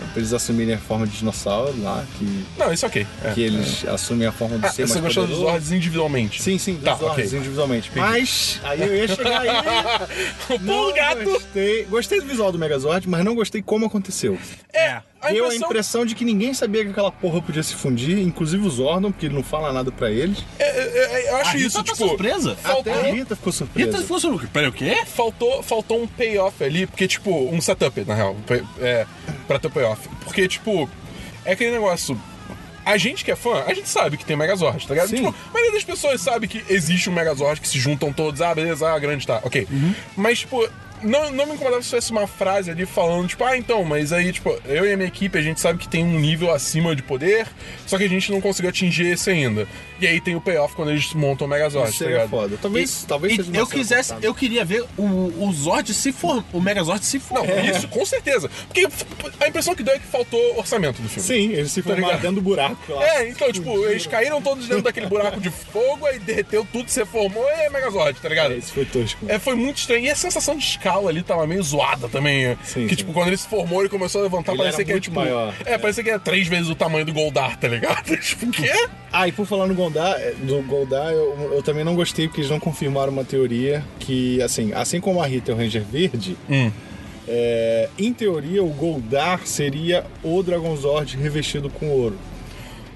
pra eles assumirem a forma de dinossauro lá, que, Não, isso é ok. É. que eles assumem a forma do Ah, ser mais você gostou dos poderoso. Zords individualmente? Sim, sim, dos Tá, Zords ok. individualmente. Mas aí eu ia chegar aí. O pulo Não gato! Gostei, gostei do visual do Megazord, mas não gostei como aconteceu. É, a Deu a impressão- impressão de que ninguém sabia que aquela porra podia se fundir, inclusive o Zordon, porque ele não fala nada pra eles. é, é, é, eu acho A Rita isso, tá tipo. surpresa. Faltou, Até a Rita ficou surpresa. Rita ficou surpresa. Peraí, o quê? Né? faltou, faltou um payoff ali, porque, tipo, um setup, na real, pa- é, pra ter o payoff. Porque, tipo, é aquele negócio. A gente que é fã, a gente sabe que tem Megazord, tá ligado? Sim. Tipo, a maioria das pessoas sabe que existe um Megazord que se juntam todos, ah, beleza, ah, grande tá, ok. Uhum. Mas, tipo, não, não me incomodava se fosse uma frase ali falando, tipo, ah, então, mas aí, tipo, eu e a minha equipe, a gente sabe que tem um nível acima de poder, só que a gente não conseguiu atingir esse ainda. E aí tem o payoff quando eles montam o Megazord, Isso tá seria ligado? foda. Talvez, E- talvez e seja uma eu cena quisesse, cortada. eu queria ver o, o Zord se formar, o Megazord se Não, formar. É. isso com certeza. Porque f- a impressão que deu é que faltou orçamento do filme. Sim, eles se formaram Tá ligado? dentro do buraco lá. É, então, tipo, eles caíram todos dentro daquele buraco de fogo, aí derreteu tudo, se formou e é Megazord, tá ligado? É, Isso foi tosco. É, foi muito estranho. E a sensação de escala ali tava meio zoada também. Sim, que, sim. tipo, quando ele se formou, ele começou a levantar, Ele parecia era que muito tipo, maior. É, parecia que era três vezes o tamanho do Goldar, tá ligado? Tipo, o quê? Ah, e por falar no Goldar, eh, do Goldar, eu, eu também não gostei porque eles não confirmaram uma teoria que, assim, assim como a Rita é o Ranger Verde, eh, em teoria o Goldar seria o Dragonzord revestido com ouro.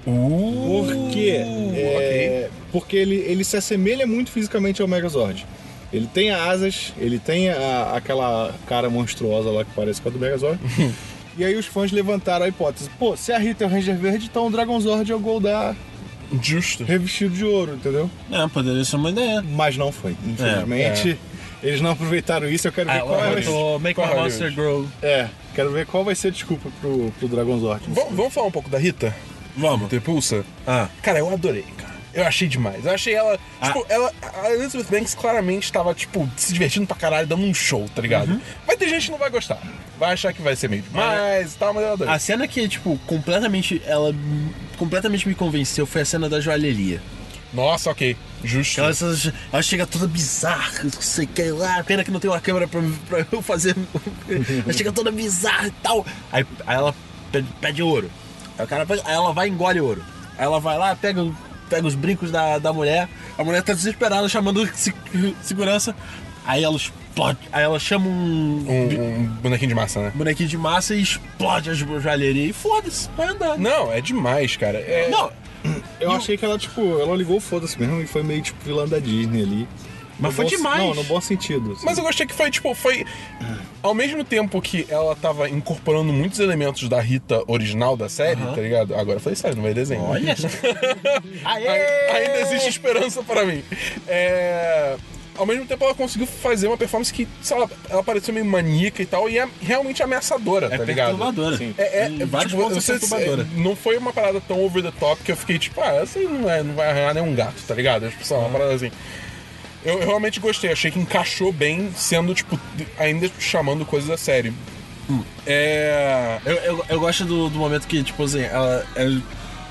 Por quê? É, Porque ele, ele se assemelha muito fisicamente ao Megazord. Ele tem asas, ele tem a- aquela cara monstruosa lá que parece com a do Megazord. e aí os fãs levantaram a hipótese. Pô, se a Rita é o Ranger Verde, então o Dragonzord é o Goldar Justo. revestido de ouro, entendeu? É, poderia ser uma ideia. Mas não foi, infelizmente. É. Eles não aproveitaram isso, eu Ah, quero ver qual é, Hollywood. botou Make Qual My é Monster Grow. é, quero ver qual vai ser a desculpa pro, pro Dragonzord. V- vamos falar um pouco da Rita? Vamos. Repulsa? Ah. Cara, eu adorei, cara. Eu achei demais. Eu achei ela. Tipo, ela. A Elizabeth Banks claramente tava, tipo, se divertindo pra caralho, dando um show, tá ligado? Uhum. Vai ter gente que não vai gostar. Vai achar que vai ser meio demais e tal, mas eu adorei. A cena que, tipo, completamente. Ela completamente me convenceu foi a cena da joalheria. Nossa, ok. Justo. Ela, ela chega toda bizarra, não sei o que lá. Pena que não tem uma câmera pra, pra eu fazer. ela chega toda bizarra e tal. Aí, aí ela pede, pede ouro. Aí, o cara, pega- aí ela vai e engole ouro. Aí ela vai lá, pega, o- pega os brincos da, da mulher. A mulher tá desesperada chamando se- segurança. Aí ela explode. Aí ela chama um, Um, um bonequinho de massa, né? bonequinho de massa e explode as joalherias. E foda-se, vai andando. Não, é demais, cara. É, Não, Eu achei que ela, tipo, ela ligou foda-se mesmo e foi meio, tipo, vilã da Disney ali. No Mas foi bom- demais. Não, no bom sentido. assim. Mas eu gostei que foi, tipo, foi. Ah. Ao mesmo tempo que ela tava incorporando muitos elementos da Rita original da série, tá ligado? Agora eu falei sério, não vai desenho. olha só. Aê! Ai- Ainda existe esperança para mim. É, Ao mesmo tempo, ela conseguiu fazer uma performance que, sei lá, ela pareceu meio maníaca e tal, e é realmente ameaçadora, É tá ligado? perturbadora. Sim. É, é, Em é, vários tipo, pontos é você- perturbadora. é, Não foi uma parada tão over the top que eu fiquei tipo, ah, essa aí não, é, não vai arranhar nenhum gato, tá ligado? É, Tipo, sei lá, Uhum. uma parada assim. Eu, eu realmente gostei, achei que encaixou bem, sendo, tipo, ainda chamando coisas a sério. Hum. É. Eu, eu, eu gosto do, do momento que, tipo assim, ela, ela,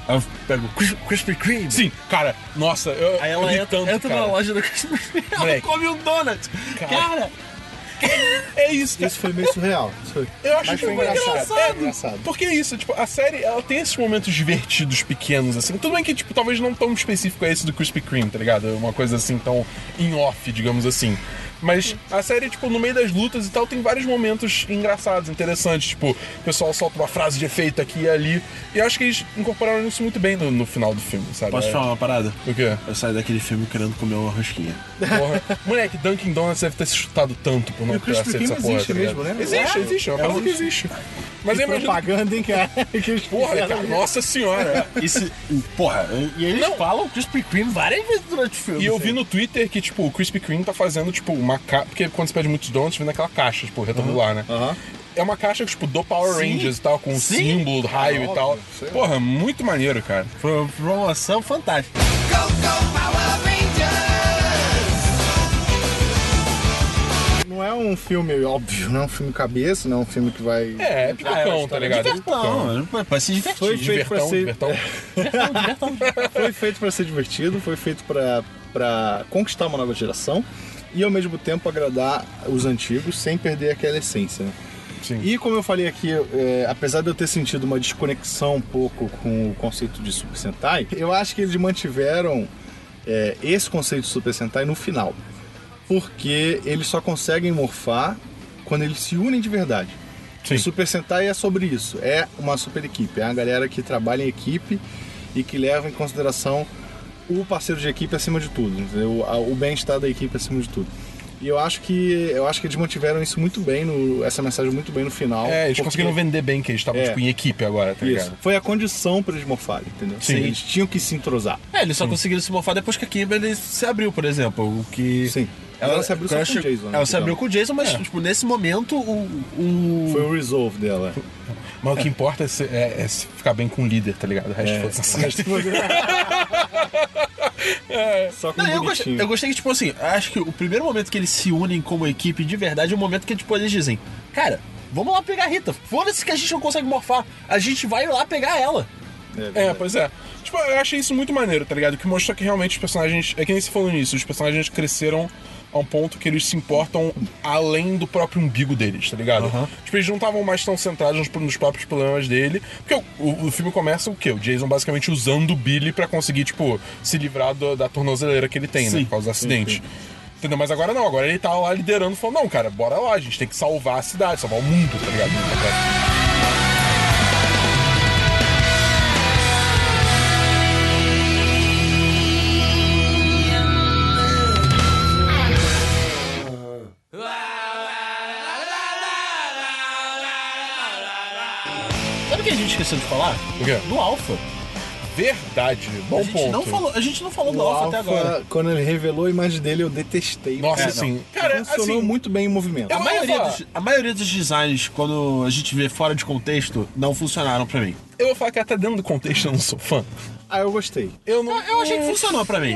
ela pega o Cris- Krispy Kreme. Sim, cara, nossa, eu, Aí eu ela ri entra, tanto, entra cara. na loja do Krispy Kreme. Ela Moleque. come um donut. Cara. Cara, É isso, cara. Isso foi meio surreal. Isso foi- Eu acho Mas que foi foi engraçado. engraçado. Foi engraçado. Porque é isso, tipo, a série, ela tem esses momentos divertidos, pequenos, assim. Tudo bem que, tipo, talvez não tão específico é esse do Krispy Kreme, tá ligado? Uma coisa assim, tão em off, digamos assim. Mas a série, tipo, no meio das lutas e tal, tem vários momentos engraçados, interessantes. Tipo, o pessoal solta uma frase de efeito aqui e ali. E eu acho que eles incorporaram isso muito bem no, no final do filme, sabe? Posso É. te falar uma parada? O quê? Eu saí daquele filme querendo comer uma rosquinha. Porra. Moleque, Dunkin' Donuts deve ter se chutado tanto por E não o ter Krispy aceito Kreme essa porra. existe tá ligado? mesmo, né? Existe, É. existe. É uma É parada que um- existe. Mas eu imagino Propaganda, hein, cara? Que eles Porra, fizeram cara, ali. nossa senhora. E se- porra, e eles Não. falam Krispy Kreme várias vezes durante o filme. E eu vi no Twitter que, tipo, o Krispy Kreme tá fazendo, tipo, uma caixa. Porque quando você pede muitos donuts, vem naquela caixa, tipo, retangular, né? Aham. É uma caixa, tipo, do Power Sim. Rangers e tal, com um Sim. símbolo, raio e tal. óbvio, sei lá. Porra, muito maneiro, cara. assim. Foi uma promoção fantástica. Não é um filme óbvio, não é um filme cabeça, não é um filme que vai. É, é pipocão, tá ligado? É pipocão. Divertão, pra- pra se divertir. né? Foi feito pra Divertão, ser. divertão. Foi feito pra ser divertido, foi feito pra, pra conquistar uma nova geração e ao mesmo tempo agradar os antigos sem perder aquela essência. né? Sim. E como eu falei aqui, é, apesar de eu ter sentido uma desconexão um pouco com o conceito de Super Sentai, eu acho que eles mantiveram é, esse conceito de Super Sentai no final. Porque eles só conseguem morfar quando eles se unem de verdade. Sim. O Super Sentai é sobre isso. É uma super equipe. É uma galera que trabalha em equipe e que leva em consideração o parceiro de equipe acima de tudo. entendeu? A- O bem-estar da equipe acima de tudo. E eu acho que eu acho que eles mantiveram isso muito bem, no- essa mensagem muito bem no final. É, eles porque- conseguiram vender bem que eles estavam, É. tipo, em equipe agora, tá Isso. ligado? Foi a condição para eles morfarem, entendeu? Sim. Eles tinham que se entrosar. É, eles só conseguiram se mofar depois que a Kimberly se abriu, por exemplo. O que. Sim. Ela, se abriu só ela com che- o Jason. né, Ela se então. abriu É com o Jason, mas, tipo, nesse momento, o. o... Foi o resolve dela. Mas o que importa é, se- é- é se ficar bem com o líder, tá ligado? O resto É. foi sensacional. Só com um Não, eu bonitinho. gostei, eu gostei que, tipo assim, acho que o primeiro momento que eles se unem como equipe de verdade é o momento que, tipo, eles dizem, cara, vamos lá pegar a Rita. Foda-se que a gente não consegue morfar. A gente vai lá pegar ela. É, pois é. Tipo, eu achei isso muito maneiro, tá ligado? Que mostrou que realmente os personagens. É que nem se falou nisso, os personagens cresceram a um ponto que eles se importam além do próprio umbigo deles, tá ligado? Tipo, eles não estavam mais tão centrados nos, nos próprios problemas dele. Porque o, o- o filme começa o quê? O Jason basicamente usando o Billy pra conseguir, tipo, se livrar do- da tornozeleira que ele tem, né? Sim. Por causa do acidente. Entendeu? Mas agora não, agora ele tá lá liderando, falando, não, cara, bora lá, a gente tem que salvar a cidade, salvar o mundo, tá ligado? Sabe o que a gente esqueceu de falar? O quê? Do Alpha. Verdade, bom a gente ponto. não falou, a gente não falou do O Alpha, Alpha, até agora. quando ele revelou a imagem dele, eu detestei. É, Nossa, não. sim. Cara, funcionou assim- muito bem o movimento. Eu- A vou maioria, falar. dos, a maioria dos designs, quando a gente vê fora de contexto, não funcionaram pra mim. Eu vou falar que até dentro do contexto eu não sou fã. Ah, eu gostei. Eu não. Eu, eu achei que funcionou pra mim.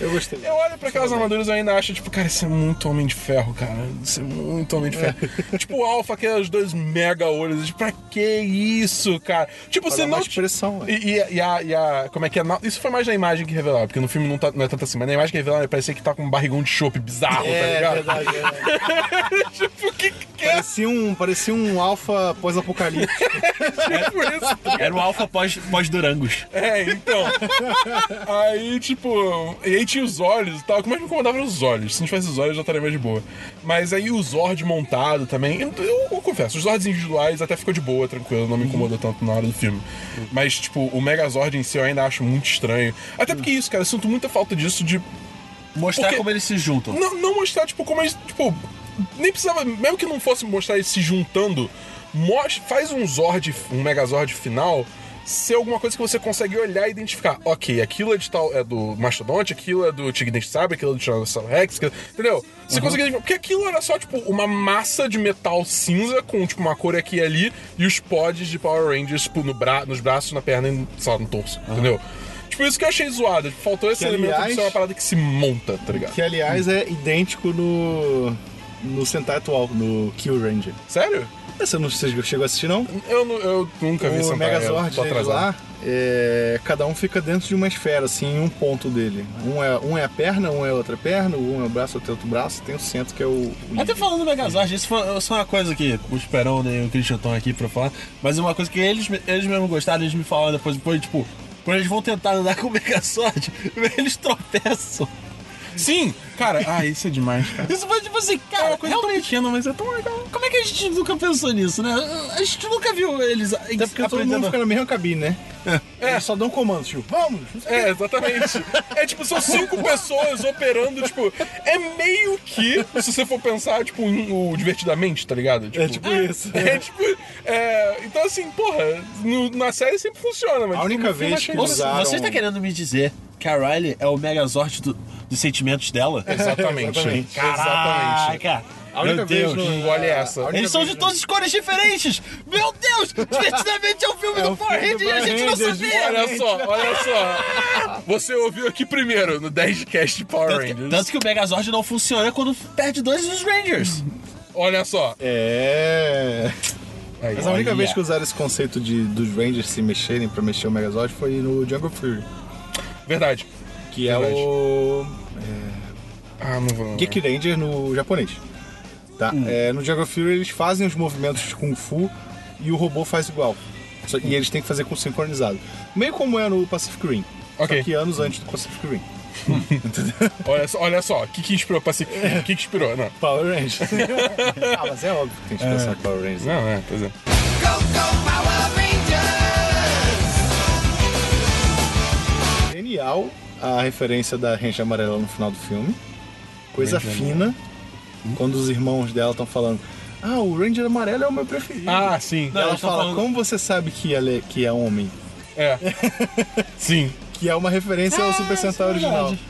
Eu gostei. É, Eu olho pra aquelas armaduras e eu ainda acho, tipo, cara, isso é muito homem de ferro, cara. Isso é muito homem de ferro. É. tipo, o Alpha, aqueles dois mega olhos. Tipo, pra que isso, cara? Tipo, Pra você dar não. mais expressão, e, é. e, e a, e a- Como é que é? Na- Isso foi mais na imagem que revelava, porque no filme não, tá- não é tanto assim, mas na É, é imagem que revelava, parecia que tá com um barrigão de chope bizarro, tá ligado? verdade. tipo, que, quê? Parecia um, parecia um alfa pós-apocalipse. Tipo isso. Era o alfa pós- pós-durangos. É, então. aí, tipo. E aí tinha os olhos e tal. O que mais me incomodava eram os olhos. Se não tivesse os olhos, já estaria mais de boa. Mas aí o Zord montado também. Eu, eu- eu confesso, os Zords individuais até ficou de boa, tranquilo. Não me incomodou tanto na hora do filme. Mas, tipo, o Megazord em si eu ainda acho muito estranho. Até porque isso, cara, eu sinto muita falta disso de Mostrar Porque- como eles se juntam. não, não mostrar, tipo, como eles. Tipo, nem precisava. Mesmo que não fosse mostrar eles se juntando, mostra, faz um Zord, um Megazord final ser alguma coisa que você consegue olhar e identificar. Ok, aquilo é, de tal, é do Mastodonte, aquilo é do Tigre Sabre, aquilo é do Tiranossauro Rex, aquilo- entendeu? Você Uhum. consegue identificar. Porque aquilo era só, tipo, uma massa de metal cinza com, tipo, uma cor aqui e ali e os pods de Power Rangers, tipo, no bra nos braços, na perna e, no- sei lá, no torso, entendeu? Tipo, isso que eu achei zoado. tipo, Faltou esse Que, elemento de aliás, ser uma parada que se monta, tá ligado? que, aliás, é idêntico no. No Sentai atual, no Kill Ranger. Sério? Você não você chegou a assistir, não? Eu, nu- eu nunca vi O Sentai, eu Megazord tô dele atrasado. lá, é, cada um fica dentro de uma esfera, assim, em um ponto dele. Um é, um é a perna, um é a outra perna, um é o braço, outro é outro braço, tem o centro que é o. o Até falando do Megazord, isso foi só uma coisa que o Esperão né, e o Christian estão aqui pra falar, mas é uma coisa que eles, eles mesmo gostaram, eles me falaram depois, depois tipo, quando eles vão tentar andar com o Megazord, eles tropeçam. Sim! Cara, ah, isso é demais, cara. Isso foi tipo assim, cara, É uma coisa tão realmente, pequena, mas é tão legal. como é que a gente nunca pensou nisso, né? A gente nunca viu eles Até Porque todo mundo fica na mesma cabine, né? É. Eles só dão comandos, tipo, vamos! não sei o quê. É, exatamente. É tipo, são cinco pessoas operando, tipo, é meio que, se você for pensar, tipo, um, o divertidamente, tá ligado? Tipo, É tipo isso. É tipo. é, então, assim, porra, no- na série sempre funciona, mas. A única no filme vez achei que engraçado. usaram- Você está tá querendo me dizer que a Riley é o Megazord do- dos sentimentos dela? Exatamente. Exatamente. Exatamente. Caraca! A Meu única vez Deus! no- Que engole é essa? A única Eles são de vez todas as cores diferentes! Meu Deus! Divertidamente é o filme É do o Power filme do Rangers e a Power gente não Rangers, sabia! Olha só, olha só. Você ouviu aqui primeiro, no 10 cast Power Tanto que, Rangers. tanto que o Megazord não funciona quando perde dois dos Rangers. Olha só. É. Aí, Mas a única Olha. vez que usaram esse conceito de, dos Rangers se mexerem pra mexer o Megazord foi no Jungle Fury, Verdade. que é Verdade. o. Ah, não vou. Geek Ranger no japonês. Tá? É, no Jungle Fury eles fazem os movimentos de Kung Fu e o robô faz igual. Só- E eles têm que fazer com sincronizado. Meio como é no Pacific Rim. Ok. Só que anos antes do Pacific Rim. Hum. Olha só, olha só, o que que inspirou pra ser... O que que inspirou? Não, Power Rangers. ah, mas é óbvio que tem inspiração em Power Rangers. né? não, é, pois é. Genial a referência da Ranger Amarela no final do filme. Coisa fina. Quando os irmãos dela estão falando... Ah, o Ranger Amarelo é o meu preferido. Ah, sim, Não, ela eles tão fala, falando- como você sabe que, ela é- que é homem? é. Sim, Que é uma referência ao Super Sentai isso é original. verdade.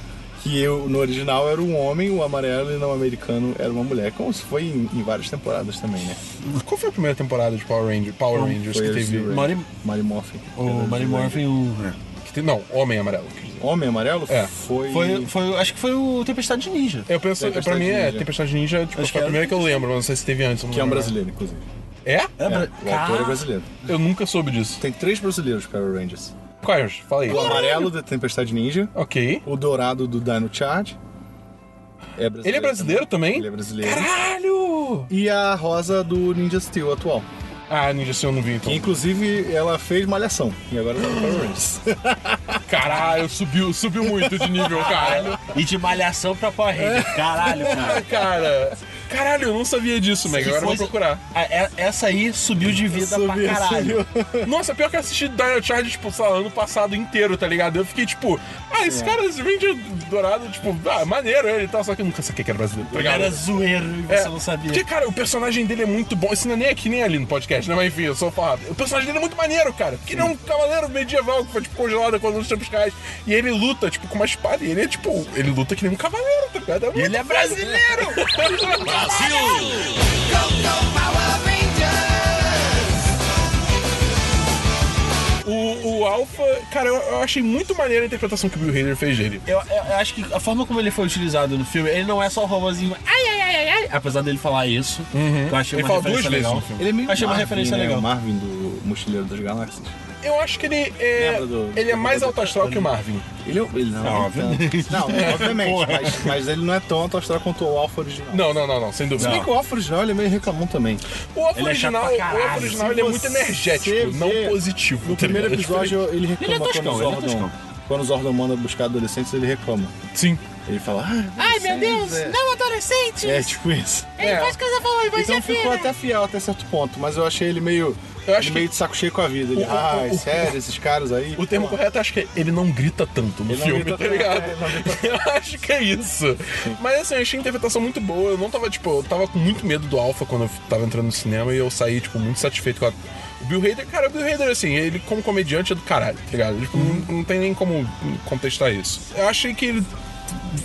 Que eu, no original era um homem, o amarelo e não americano era uma mulher. Como se foi em, em várias temporadas também, né? qual foi a primeira temporada de Power, Ranger, Power Rangers Foi que a teve... Zero Mari- Ranger. Mari Morphin. O Mary Morphin, o... que teve- Não, Homem Amarelo. quer dizer. Homem amarelo? É. Foi... Foi, foi, acho que foi o Tempestade de Ninja. Eu penso, Tempestade pra mim é Ninja. é. Tempestade Ninja, tipo, Acho foi a que era primeira que eu lembro, mas não sei se teve antes. eu não Que é um lembro. brasileiro, inclusive. É? É, Lembra? o ator é Cara, brasileiro. Eu nunca soube disso. Tem três brasileiros Power Rangers. Quais? Fala aí. O amarelo da Tempestade Ninja, Ok. o dourado do Dino Charge. É brasileiro Ele é brasileiro também? Ele é brasileiro. Caralho! E a rosa do Ninja Steel atual. Ah, Ninja, se eu não vi, Que então. inclusive ela fez malhação. E agora ela é Power Rangers. Caralho, subiu, subiu muito de nível, cara. é- E de malhação pra Power Ranger. Caralho, cara. Cara, caralho, eu não sabia disso, Meg. Agora eu vou Coisa- procurar. Ah, é- Essa aí subiu de vida Subiu, pra caralho. subiu. Nossa, pior que eu assisti Dino Charge, tipo, sei lá, ano passado inteiro, tá ligado? Eu fiquei tipo, ah, É. esse cara, esse Ranger dourado, tipo, ah, maneiro ele e tal, só que eu nunca saquei que era brasileiro, tá ligado? Era zoeiro e você É, não sabia. Porque, cara, o personagem dele é muito bom. Isso não é nem aqui nem ali no podcast, né? Mas enfim, eu sou falado. O personagem dele é muito maneiro, cara. Porque ele é um cavaleiro medieval que foi, tipo, congelado quando os tempos cais. E ele luta, tipo, com uma espada. E ele é, tipo, ele luta que nem um cavaleiro, tá ligado? E ele é brasileiro! é um Brasil! O, o Alpha, cara, eu, eu achei muito maneiro a interpretação que o Bill Hader fez dele. Eu, é, eu- eu acho que a forma como ele foi utilizado no filme, ele não é só o robôzinho. Ai, ai, ai, ai, ai. Apesar dele falar isso, eu achei Ele uma fala duas referência vezes legal. no filme. Ele é meio Achei uma Marvin, referência né? legal. O Marvin do Mochileiro das Galáxias. eu acho que ele é, Lembra do- ele é mais alto astral que o Marvin. Ele, é- ele não, é obviamente. tanto. Não, é, obviamente, mas, mas ele não é tão astral quanto o Alpha original. Não, não, não, não, sem dúvida. Se bem que o Alpha original ele é meio reclamão também. O Alpha Ele é chato original, pra o Alpha caralho. original ele é muito Você energético, não vê- positivo. No tá ligado? primeiro episódio ele reclama Ele é toscão, quando, ele é o Zordon, toscão. quando o Zordon manda buscar adolescentes, ele reclama. Sim. Ele fala, ah, Ai, meu Deus, é. não adolescente! é tipo isso. Ele faz coisa boa é e vai Então ser filho. ficou até fiel até certo ponto, mas eu achei ele meio, Eu acho ele que- meio de saco cheio com a vida. Ele, O- o- ah, o- sério, esses caras aí. O termo correto acho que é ele não grita tanto no Ele não filme, grita tá tanto, ligado? é, ele não eu acho que é isso. Mas assim, eu achei a interpretação muito boa. Eu não tava, tipo, eu tava com muito medo do Alpha quando eu tava entrando no cinema e eu saí, tipo, muito satisfeito com a. O Bill Hader, cara, o Bill Hader, assim, ele como comediante é do caralho, tá ligado? Tipo, Uhum. não, não tem nem como contestar isso. Eu achei que ele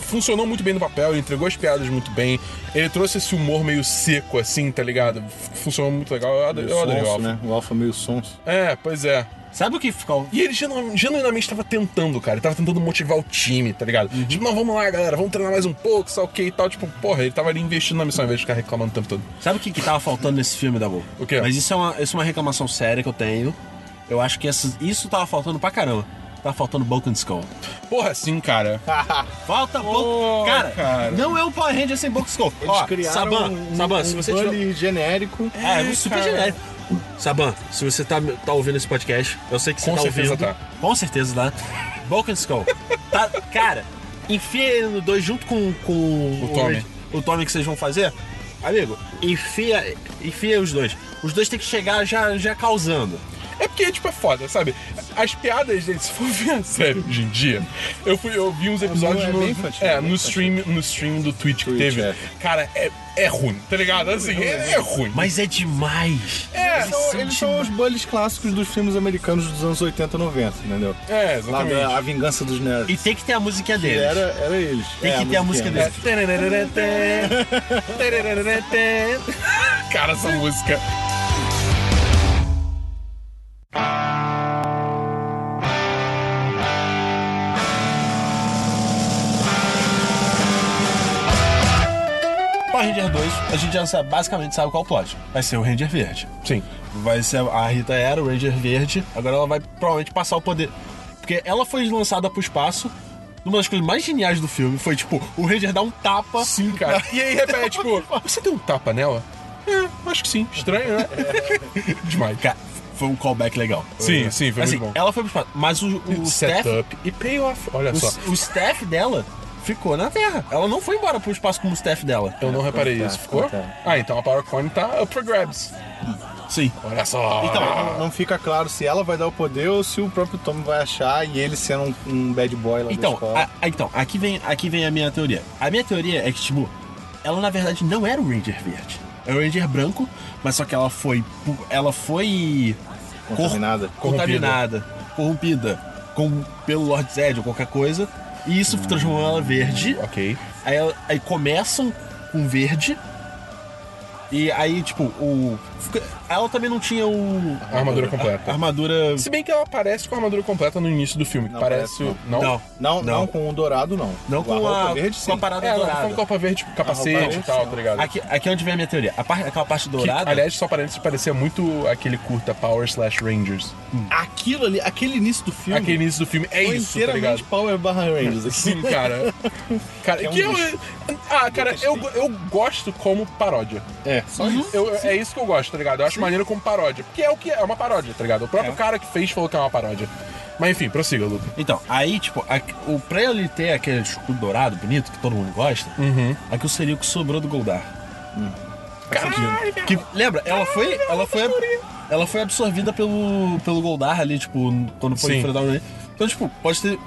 funcionou muito bem no papel, ele entregou as piadas muito bem, ele trouxe esse humor meio seco, assim, tá ligado? Funcionou muito legal. Eu adorei, eu adorei o sonso, Alpha. né? O Alpha meio sonso. É, pois é. Sabe o que ficou? E ele genu- genuinamente tava tentando, cara. Ele tava tentando motivar o time, tá ligado? Uhum. Tipo, não, vamos lá, galera, vamos treinar mais um pouco, sei lá o que e tal. Tipo, porra, ele tava ali investindo na missão ao invés de ficar reclamando o tempo todo. Sabe o que, que tava faltando nesse filme, Dabu? O quê? Mas isso é, uma, isso é uma reclamação séria que eu tenho. Eu acho que essa- isso tava faltando pra caramba. Tava faltando Balkan Skull. Porra, sim, cara. Tá. Falta Bul- cara, não é um Power Ranger sem Bulk Skull. Eles Ó, criaram Saban, um, Saban, um se você bully tiver... genérico. É, é super cara. genérico. Saban, se você tá, tá ouvindo esse podcast, eu sei que você Com tá certeza ouvindo. tá. Com certeza tá. Balkan Skull. Tá, cara, enfia ele no 2 junto com, com o Tommy. O Tommy que vocês vão fazer. Amigo, enfia, enfia os dois. Os dois têm que chegar já, já causando. É porque, tipo, é foda, sabe? As piadas dele, se for ver a série hoje em dia, eu, fui, eu vi uns episódios é no, bem infantil, é, bem no, stream, no stream do Twitch que Twitch, teve. é. Cara, é, é ruim, tá ligado? Assim, é, é ruim. Mas é demais. É, Eles são, eles tipo- são os bullies clássicos dos filmes americanos dos anos 80 e 90, entendeu? é, Lá exatamente. da A Vingança dos Nerds. E tem que ter a musiquinha Que deles. Era, era eles. Tem É, que ter a música musiquinha. deles. Cara, essa música. Power Ranger 2, a gente já sabe- basicamente sabe qual é o plot. Vai ser o Ranger Verde. Sim. Vai ser a Rita era o Ranger Verde. Agora ela vai provavelmente passar o poder. Porque ela foi lançada pro espaço. Uma das coisas mais geniais do filme foi, tipo, o Ranger dá um tapa. Sim, cara. E aí repete, tipo, você deu um tapa nela? É, acho que sim. Estranho, né? Demais. Cara, foi um callback legal. Sim, sim, foi assim, muito bom. Ela foi pro espaço. Mas o, o Steph. Setup e payoff. Olha O, só. o staff dela ficou na Terra. Ela não foi embora pro espaço como o staff dela. Eu não reparei tá, isso. Ficou? tá. Ah, então a Power Coin tá up for grabs. Sim. Olha só. Então, Não, não fica claro se ela vai dar o poder ou se o próprio Tom vai achar e ele sendo um, um bad boy lá da Então, escola. a- a- então aqui, vem, aqui vem a minha teoria. A minha teoria é que, tipo, ela na verdade não era o Ranger verde. Era o Ranger branco, mas só que ela foi. pu- Ela foi. cor- Contaminada. Contaminada. Corrompida. com- pelo Lord Zed ou qualquer coisa. E Hum. isso transformou ela verde. Ok. Aí, ela- aí começam com verde. E aí, tipo, o. fica- Ela também não tinha o. A armadura completa. Armadura. Se bem que ela aparece com a armadura completa no início do filme. que Não parece. parece, Não? Não. não, não, Não. com o dourado, não. Não com a, roupa verde, sim. com a parada É, ela tá dourada. com capa verde, tipo, capacete verde, e tal, sim. tá ligado? Aqui, aqui é onde vem a minha teoria. A parte, aquela parte Que, dourada. aliás, só parece parecia muito aquele curta Power Slash Rangers. Aquilo ali, aquele início do filme. Aquele início do filme é foi isso, tá ligado? inteiramente Power Barra Rangers. assim. aqui. Sim, cara. cara É um que eu, lixo. ah, cara, eu, eu gosto como paródia. É, só isso. Eu- é isso que eu gosto, tá ligado? Eu acho maneiro como paródia. Porque é o que é, é uma paródia, tá ligado? O próprio cara que fez falou que é uma paródia. Mas enfim, prossiga, Luca. Então, aí, tipo, a, o, pra ele ter aquele escudo dourado, bonito, que todo mundo gosta, aquilo seria o que sobrou do Goldar. Que, lembra? Ela foi. Ela foi, ela foi absorvida pelo, pelo Goldar ali, tipo, quando foi Sim. enfrentar o Rei. Então, tipo, pode ter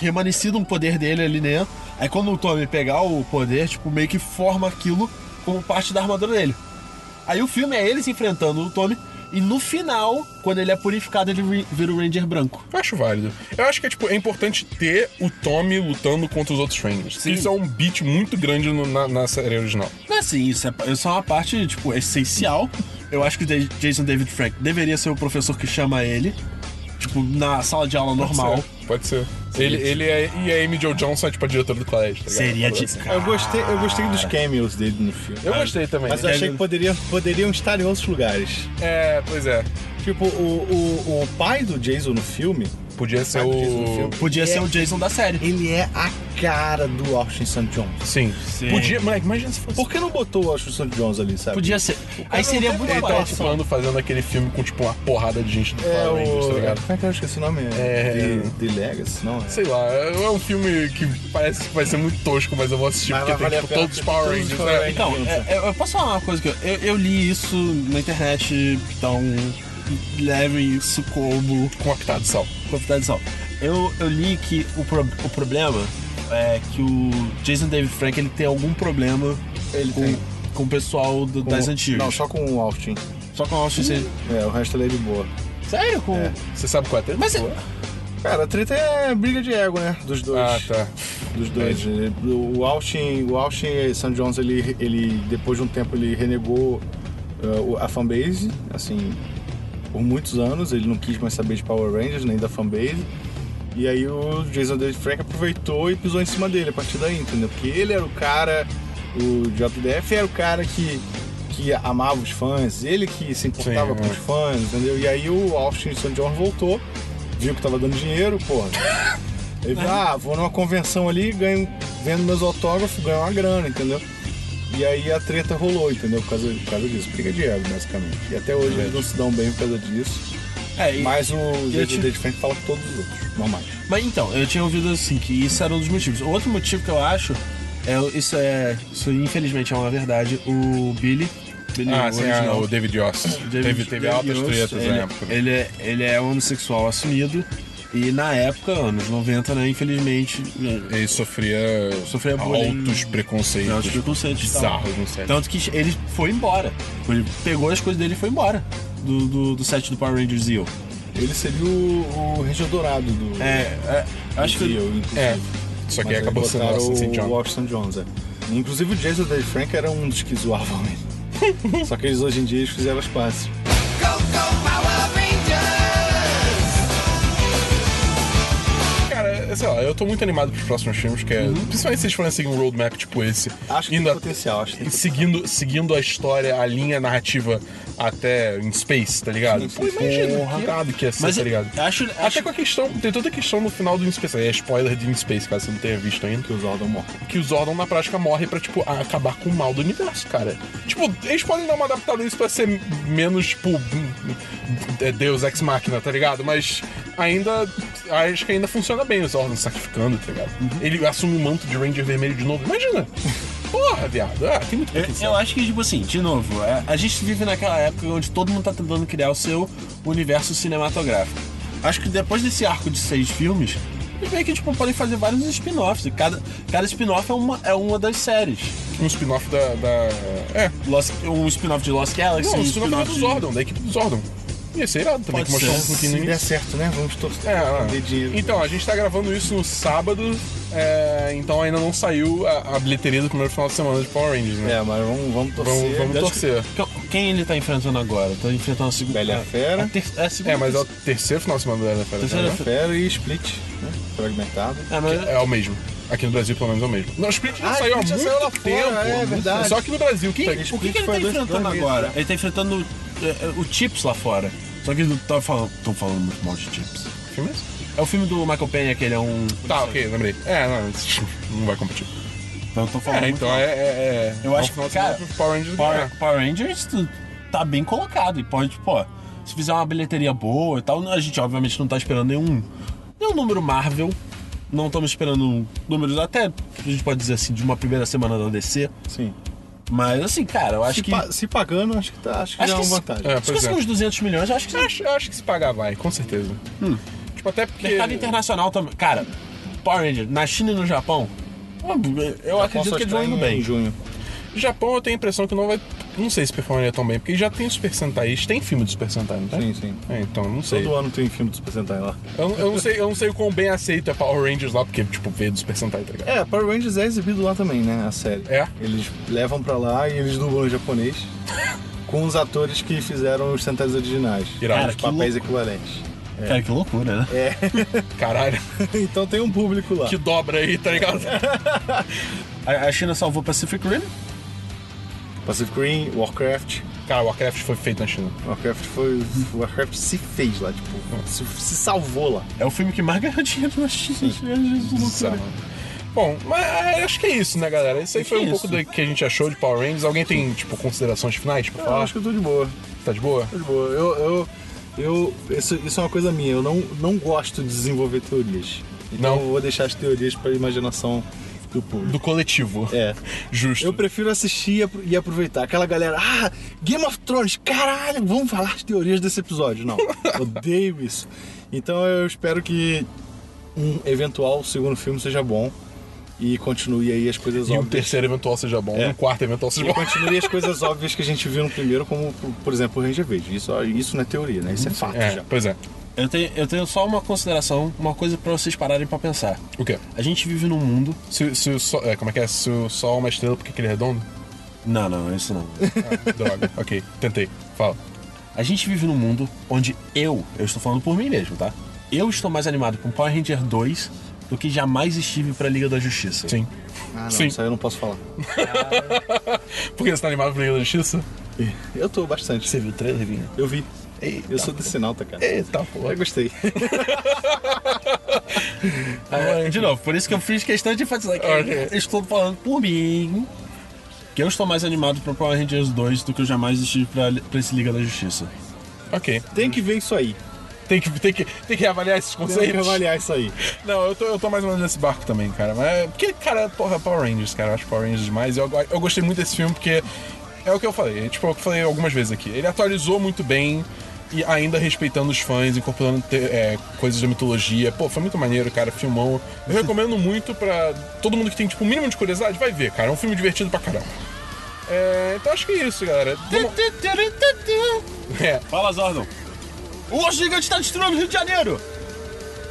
remanescido um poder dele ali dentro. Aí quando o Tommy pegar o poder, tipo, meio que forma aquilo como parte da armadura dele. Aí o filme é eles enfrentando o Tommy. E no final, quando ele é purificado, ele vi- vira o Ranger branco. Eu acho válido. Eu acho que é, tipo, é importante ter o Tommy lutando contra os outros Rangers. Sim. Isso é um beat muito grande no- na, na série original. Mas assim, isso é, isso é uma parte, tipo, essencial. Eu acho que o De- Jason David Frank deveria ser o professor que chama ele. Tipo, na sala de aula normal. Pode ser. Ele, ele é, e a Amy Jo Johnson é, tipo, a diretora do colégio, tá ligado? Seria de. Eu gostei, eu gostei dos cameos dele no filme. Eu gostei também. Mas eu achei que poderia, poderiam estar em outros lugares. É, pois é. Tipo, o, o, o pai do Jason no filme. Podia ser pai do Jason no o. filme, Podia é- ser o Jason da série. Ele é a cara do Austin St. Jones. Sim. Sim. Podia, moleque, imagina se fosse. Por que não botou o Austin St. Jones ali, sabe? Podia ser. Aí seria muito ele tava barato. falando, fazendo aquele filme com, tipo, uma porrada de gente do É, Power Rangers, tá o... ligado? Como é que eu esqueci o nome? É. The, The Legacy, não? Sei lá, é um filme que parece que vai ser muito tosco, mas eu vou assistir Mas porque vai tem valer tipo, a pena, todos os Power todos os Rangers, Power né? Rangers. Então, é, é, eu posso falar uma coisa que eu, eu, eu li isso na internet, então levem isso como Com uma pitada de sal. quantidade de sal. Eu, eu li que o, pro- o problema é que o Jason David Frank ele tem algum problema Ele com, tem. com o pessoal do- Com- das antigas. Não, só com o Austin. Só com o Austin. Sen- É, o resto ele é de boa. Sério? Com... É. Você sabe qual é a treta? Mas é- Cara, a treta é briga de ego, né? Dos dois. Ah, tá. Dos dois. É. O Austin, o Austin St. Jones, ele, ele, depois de um tempo, ele renegou uh, o- a fanbase, assim, por muitos anos. Ele não quis mais saber de Power Rangers, nem da fanbase. E aí o Jason David Frank aproveitou e pisou em cima dele a partir daí, entendeu? Porque ele era o cara, o JDF era o cara que, que amava os fãs, ele que se importava Sim, com é. os fãs, entendeu? E aí o Austin St. John voltou, viu que tava dando dinheiro, porra. Ele falou, ah, vou numa convenção ali, ganho, vendo meus autógrafos, ganho uma grana, entendeu? E aí a treta rolou, entendeu? Por causa, por causa disso. Briga de ego, basicamente. E até hoje eles não se dão bem por causa disso. É, e- Mas o eu Jason te- David Frank fala com todos os outros, normais. Mas então, eu tinha ouvido assim que isso era um dos motivos. Outro motivo que eu acho é o- isso é isso infelizmente é uma verdade. O Billy, Billy Ah, o sim, ah, original, o David Yost. teve teve altas Yost, tretas né? ele, na época. Ele é, ele é homossexual assumido e na época, anos 90, né, infelizmente, né, Ele sofria, Sofria bullying. altos preconceitos. altos preconceitos é, e tal. bizarros no set. tanto que ele foi embora. Ele pegou as coisas dele e foi embora do, do, do set do Power Rangers Zeo. Ele seria o, o Ranger Dourado do. É, é, acho que eu, inclusive. É, só que Mas aí acabou sendo botaram Austin St. o John. Austin Jones, é. Inclusive o Jason Day Frank era um dos que zoavam ele. Só que eles hoje em dia eles fizeram as pazes. Cara, é, sei lá, eu tô muito animado pros próximos filmes, que é, principalmente se eles forem seguir um roadmap tipo esse. Uhum. Acho que indo tem a- potencial, acho que tem e seguindo, seguindo a história, a linha narrativa até em Space, tá ligado? Pô, imagina, Porra. irado que ia ser, mas tá ligado? acho, Até acho com a questão, tem toda a questão no final do In Space. É spoiler de In Space, caso você não tenha visto ainda. que o Zordon morre. Que o Zordon na prática morre pra, tipo, a- acabar com o mal do universo, cara. Tipo, eles podem dar uma adaptada nisso pra ser menos, tipo, é Deus ex máquina, tá ligado? Mas ainda. Acho que ainda funciona bem o Zordon sacrificando, tá ligado? Uhum. Ele assume o manto de Ranger vermelho de novo. Imagina! Porra, viado. Ah, tem muito Eu potencial. acho que, tipo assim, de novo, a, a gente vive naquela época onde todo mundo tá tentando criar o seu universo cinematográfico. Acho que depois desse arco de seis filmes, eles meio que tipo, podem fazer vários spin-offs. E Cada, cada spin-off é uma, é uma das séries. Um spin-off da, da. É. Lost- um spin-off de Lost Galaxy, Não, um um spin-off spin-off do de- Zordon, da equipe do Zordon. Ia ser irado também, Pode que mostrou um ser. pouquinho no Se der início. certo, né? Vamos torcer. É, Dê dinheiro. Então, a gente tá gravando isso no sábado, é, então ainda não saiu a, a bilheteria do primeiro final de semana de Power Rangers, né? É, mas vamos, vamos torcer. Vamos- vamos- Acho torcer. que- Quem ele tá enfrentando agora? Tá enfrentando a segunda. Bela e a Fera. a ter- é a segunda. É, mas é o terceiro final de semana da NFL. Terceira- né? Fera e Split, né? Fragmentado. É, mas- É o mesmo. Aqui no Brasil, pelo menos, é o mesmo. Não, o Split já Ah, saiu há Split muito já saiu lá fora, tempo. é muito- verdade. Só que no Brasil que tá Quem- o que, que ele Foi tá dois- enfrentando dois meses, agora? né? Ele tá enfrentando é, é, o Chips lá fora. Só que eles estão falando, tão falando muito mal de Chips. filme é esse? É o filme do Michael Penha, que ele é um. Tá, ok, lembrei. É, não, isso não vai competir. Então eu tô falando. É, muito né? então mal. é. é, é Eu é acho o final que, de semana cara, pro Power Rangers Power, ganhar. Power Rangers tu- tá bem colocado. E pode, pô, se fizer uma bilheteria boa e tal, a gente obviamente não tá esperando nenhum, nenhum número Marvel. Não estamos esperando números até, a gente pode dizer assim, de uma primeira semana da DC. Sim. Mas assim, cara, eu acho Se, que. pa- se pagando, acho que, tá, acho que Acho já é que uma se- vantagem. É, Se pois conseguir é. uns 200 milhões, eu acho que Eu acho, eu acho que se pagar vai, com certeza. Hum. Tipo, até porque. mercado internacional também. Cara, Power Ranger, na China e no Japão, eu acredito que eles vão indo Em bem. junho. Japão eu tenho a impressão que não vai. Não sei se performaria tão bem, porque já tem Super Sentai. Eles têm filme de Super Sentai, não tem? Sim, sim. É, então, não sei. Todo ano tem filme do Super Sentai lá. Eu, eu não sei. eu não sei o quão bem aceito é Power Rangers lá, porque, tipo, veio do Super Sentai, tá ligado? É, Power Rangers é exibido lá também, né? A série. É? Eles levam pra lá e eles dublam em japonês com os atores que fizeram os Sentais originais. Irado. Cara, os que papéis equivalentes. É, Cara, que loucura, né? Caralho, então tem um público lá. que dobra aí, tá ligado? A, a China salvou Pacific Rim. Pacific Rim, Warcraft, Cara, o Warcraft foi feito na China. Warcraft foi. Warcraft se fez lá, tipo, se, se salvou lá. É o filme que mais ganhou dinheiro na China. Bizarro. Bom, mas é, acho que é isso, né, galera? Isso aí Acho foi que um é pouco isso. do que a gente achou de Power Rangers. Alguém tem, tipo, considerações finais pra Eu falar? acho que eu tô de boa. Tá de boa? Tô de boa. Eu. eu, eu isso, isso é uma coisa minha. Eu não, não gosto de desenvolver teorias. Então Não. eu vou deixar as teorias pra imaginação do público. Do coletivo. É. Justo. Eu prefiro assistir e apro- e aproveitar. Aquela galera, ah, Game of Thrones, caralho, vamos falar as teorias desse episódio. Não, odeio isso. Então eu espero que um eventual segundo filme seja bom e continue aí as coisas E o óbvias. terceiro eventual seja bom, É. e o quarto eventual seja E bom. continue as coisas óbvias que a gente viu no primeiro, como, por- por exemplo, o Ranger Verde. Isso, isso não é teoria, né? Isso é fato É, já. pois é. Eu tenho, eu tenho só uma consideração, uma coisa pra vocês pararem pra pensar. O quê? A gente vive num mundo. Se, se o sol, é, como é que é? Se o sol é uma estrela, por que que ele é redondo? Não, não, isso não. Ah, Droga. ok, tentei. Fala. A gente vive num mundo onde eu, eu estou falando por mim mesmo, tá? Eu estou mais animado com Power Ranger 2 do que jamais estive pra Liga da Justiça. Sim. Ah, não, Sim. isso aí eu não posso falar. Por que você tá animado pra Liga da Justiça? Eu tô bastante. Você viu o trailer, Vinha? Eu vi. eu sou pô. desse nauta, cara. tá Eita, pô. Eu gostei. É, de novo, por isso que eu fiz questão de enfatizar que Ok. eu estou falando por mim. Que eu estou mais animado pra Power Rangers 2 do que eu jamais estive pra, pra esse Liga da Justiça. Ok. Tem que ver isso aí. Tem que, tem que, tem que avaliar esses conceitos. Tem que avaliar isso aí. Não, eu tô, eu tô mais ou menos nesse barco também, cara. Mas, é porque, cara, porra, Power Rangers, cara. Eu acho Power Rangers demais. Eu, eu gostei muito desse filme porque é o que eu falei. é Tipo, é o que eu falei algumas vezes aqui. Ele atualizou muito bem e ainda respeitando os fãs, incorporando te- é, coisas da mitologia. Pô, foi muito maneiro, cara. Filmão. Eu recomendo muito pra todo mundo que tem, tipo, o mínimo de curiosidade, vai ver, cara. É um filme divertido pra caramba. É, então acho que é isso, galera. Vamos- É, Fala, Zordon. O gigante está destruindo o Rio de Janeiro!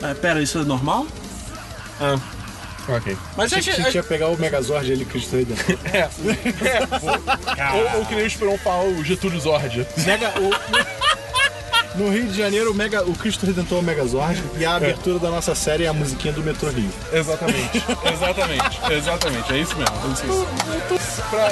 Ah, pera, isso é normal? ok. Mas a A gente. é- gente ia pegar o Megazord ali que eu estou aí dentro. Ah. Ou, ou que nem o Esperão Pau, o Getúlio Zord. Mega, o- No Rio de Janeiro, o, Mega, o Cristo Redentor é o Megazord e a abertura da nossa série é a musiquinha do Metrô Rio. Exatamente, exatamente, exatamente, é isso mesmo. É isso mesmo. Pra-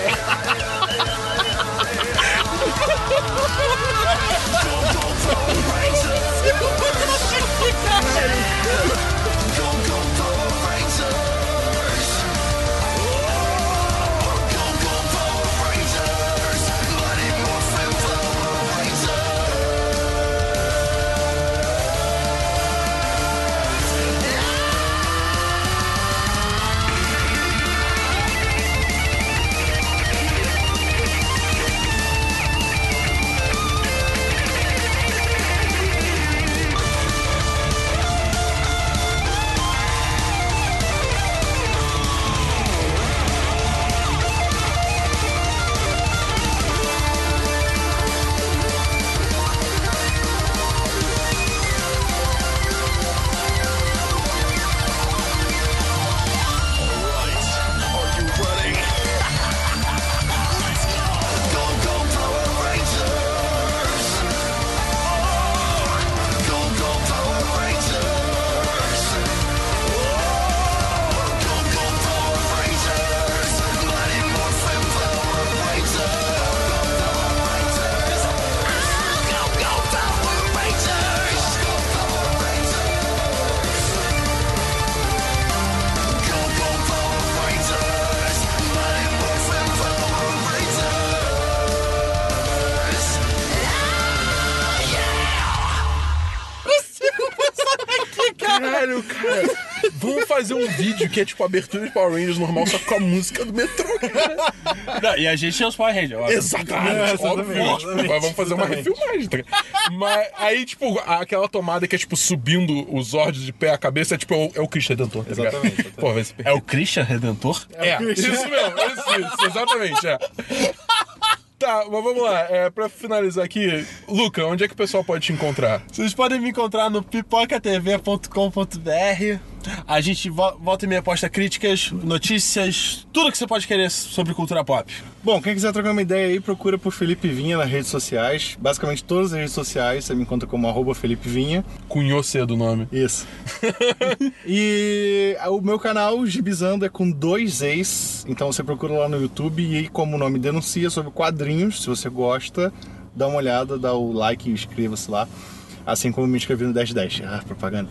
Caralho, cara. Vamos fazer um vídeo que é tipo abertura de Power Rangers normal, só que com a música do metrô, cara. Não, e a gente é os Power Rangers. ó. Exatamente, Exatamente, óbvio. Tipo, É, exatamente, mas vamos fazer uma refilmagem, tá ligado? Mas aí, tipo, aquela tomada que é tipo subindo os Zord de pé à cabeça é tipo é o, é o Cristo Redentor, tá ligado? Exatamente, exatamente. Pô, vai se É o Christian Redentor? É, isso mesmo, é isso, isso, exatamente, é. Tá, mas vamos lá. É, pra finalizar aqui, Luca, onde é que o pessoal pode te encontrar? Vocês podem me encontrar no pipocatv.com.br A gente vo- volta e meia posta críticas, notícias, tudo que você pode querer sobre cultura pop. Bom, quem quiser trocar uma ideia aí, procura por Felipe Vinha nas redes sociais. Basicamente todas as redes sociais, você me encontra como arroba Felipe Vinha. Cunhou cedo o nome. Isso. né? e o meu canal, Gibizando, é com dois ex. Então você procura lá no YouTube e aí, como o nome denuncia, sobre quadrinhos. Se você gosta, dá uma olhada, dá o like e inscreva-se lá. Assim como me inscrevi no 1010. Ah, propaganda.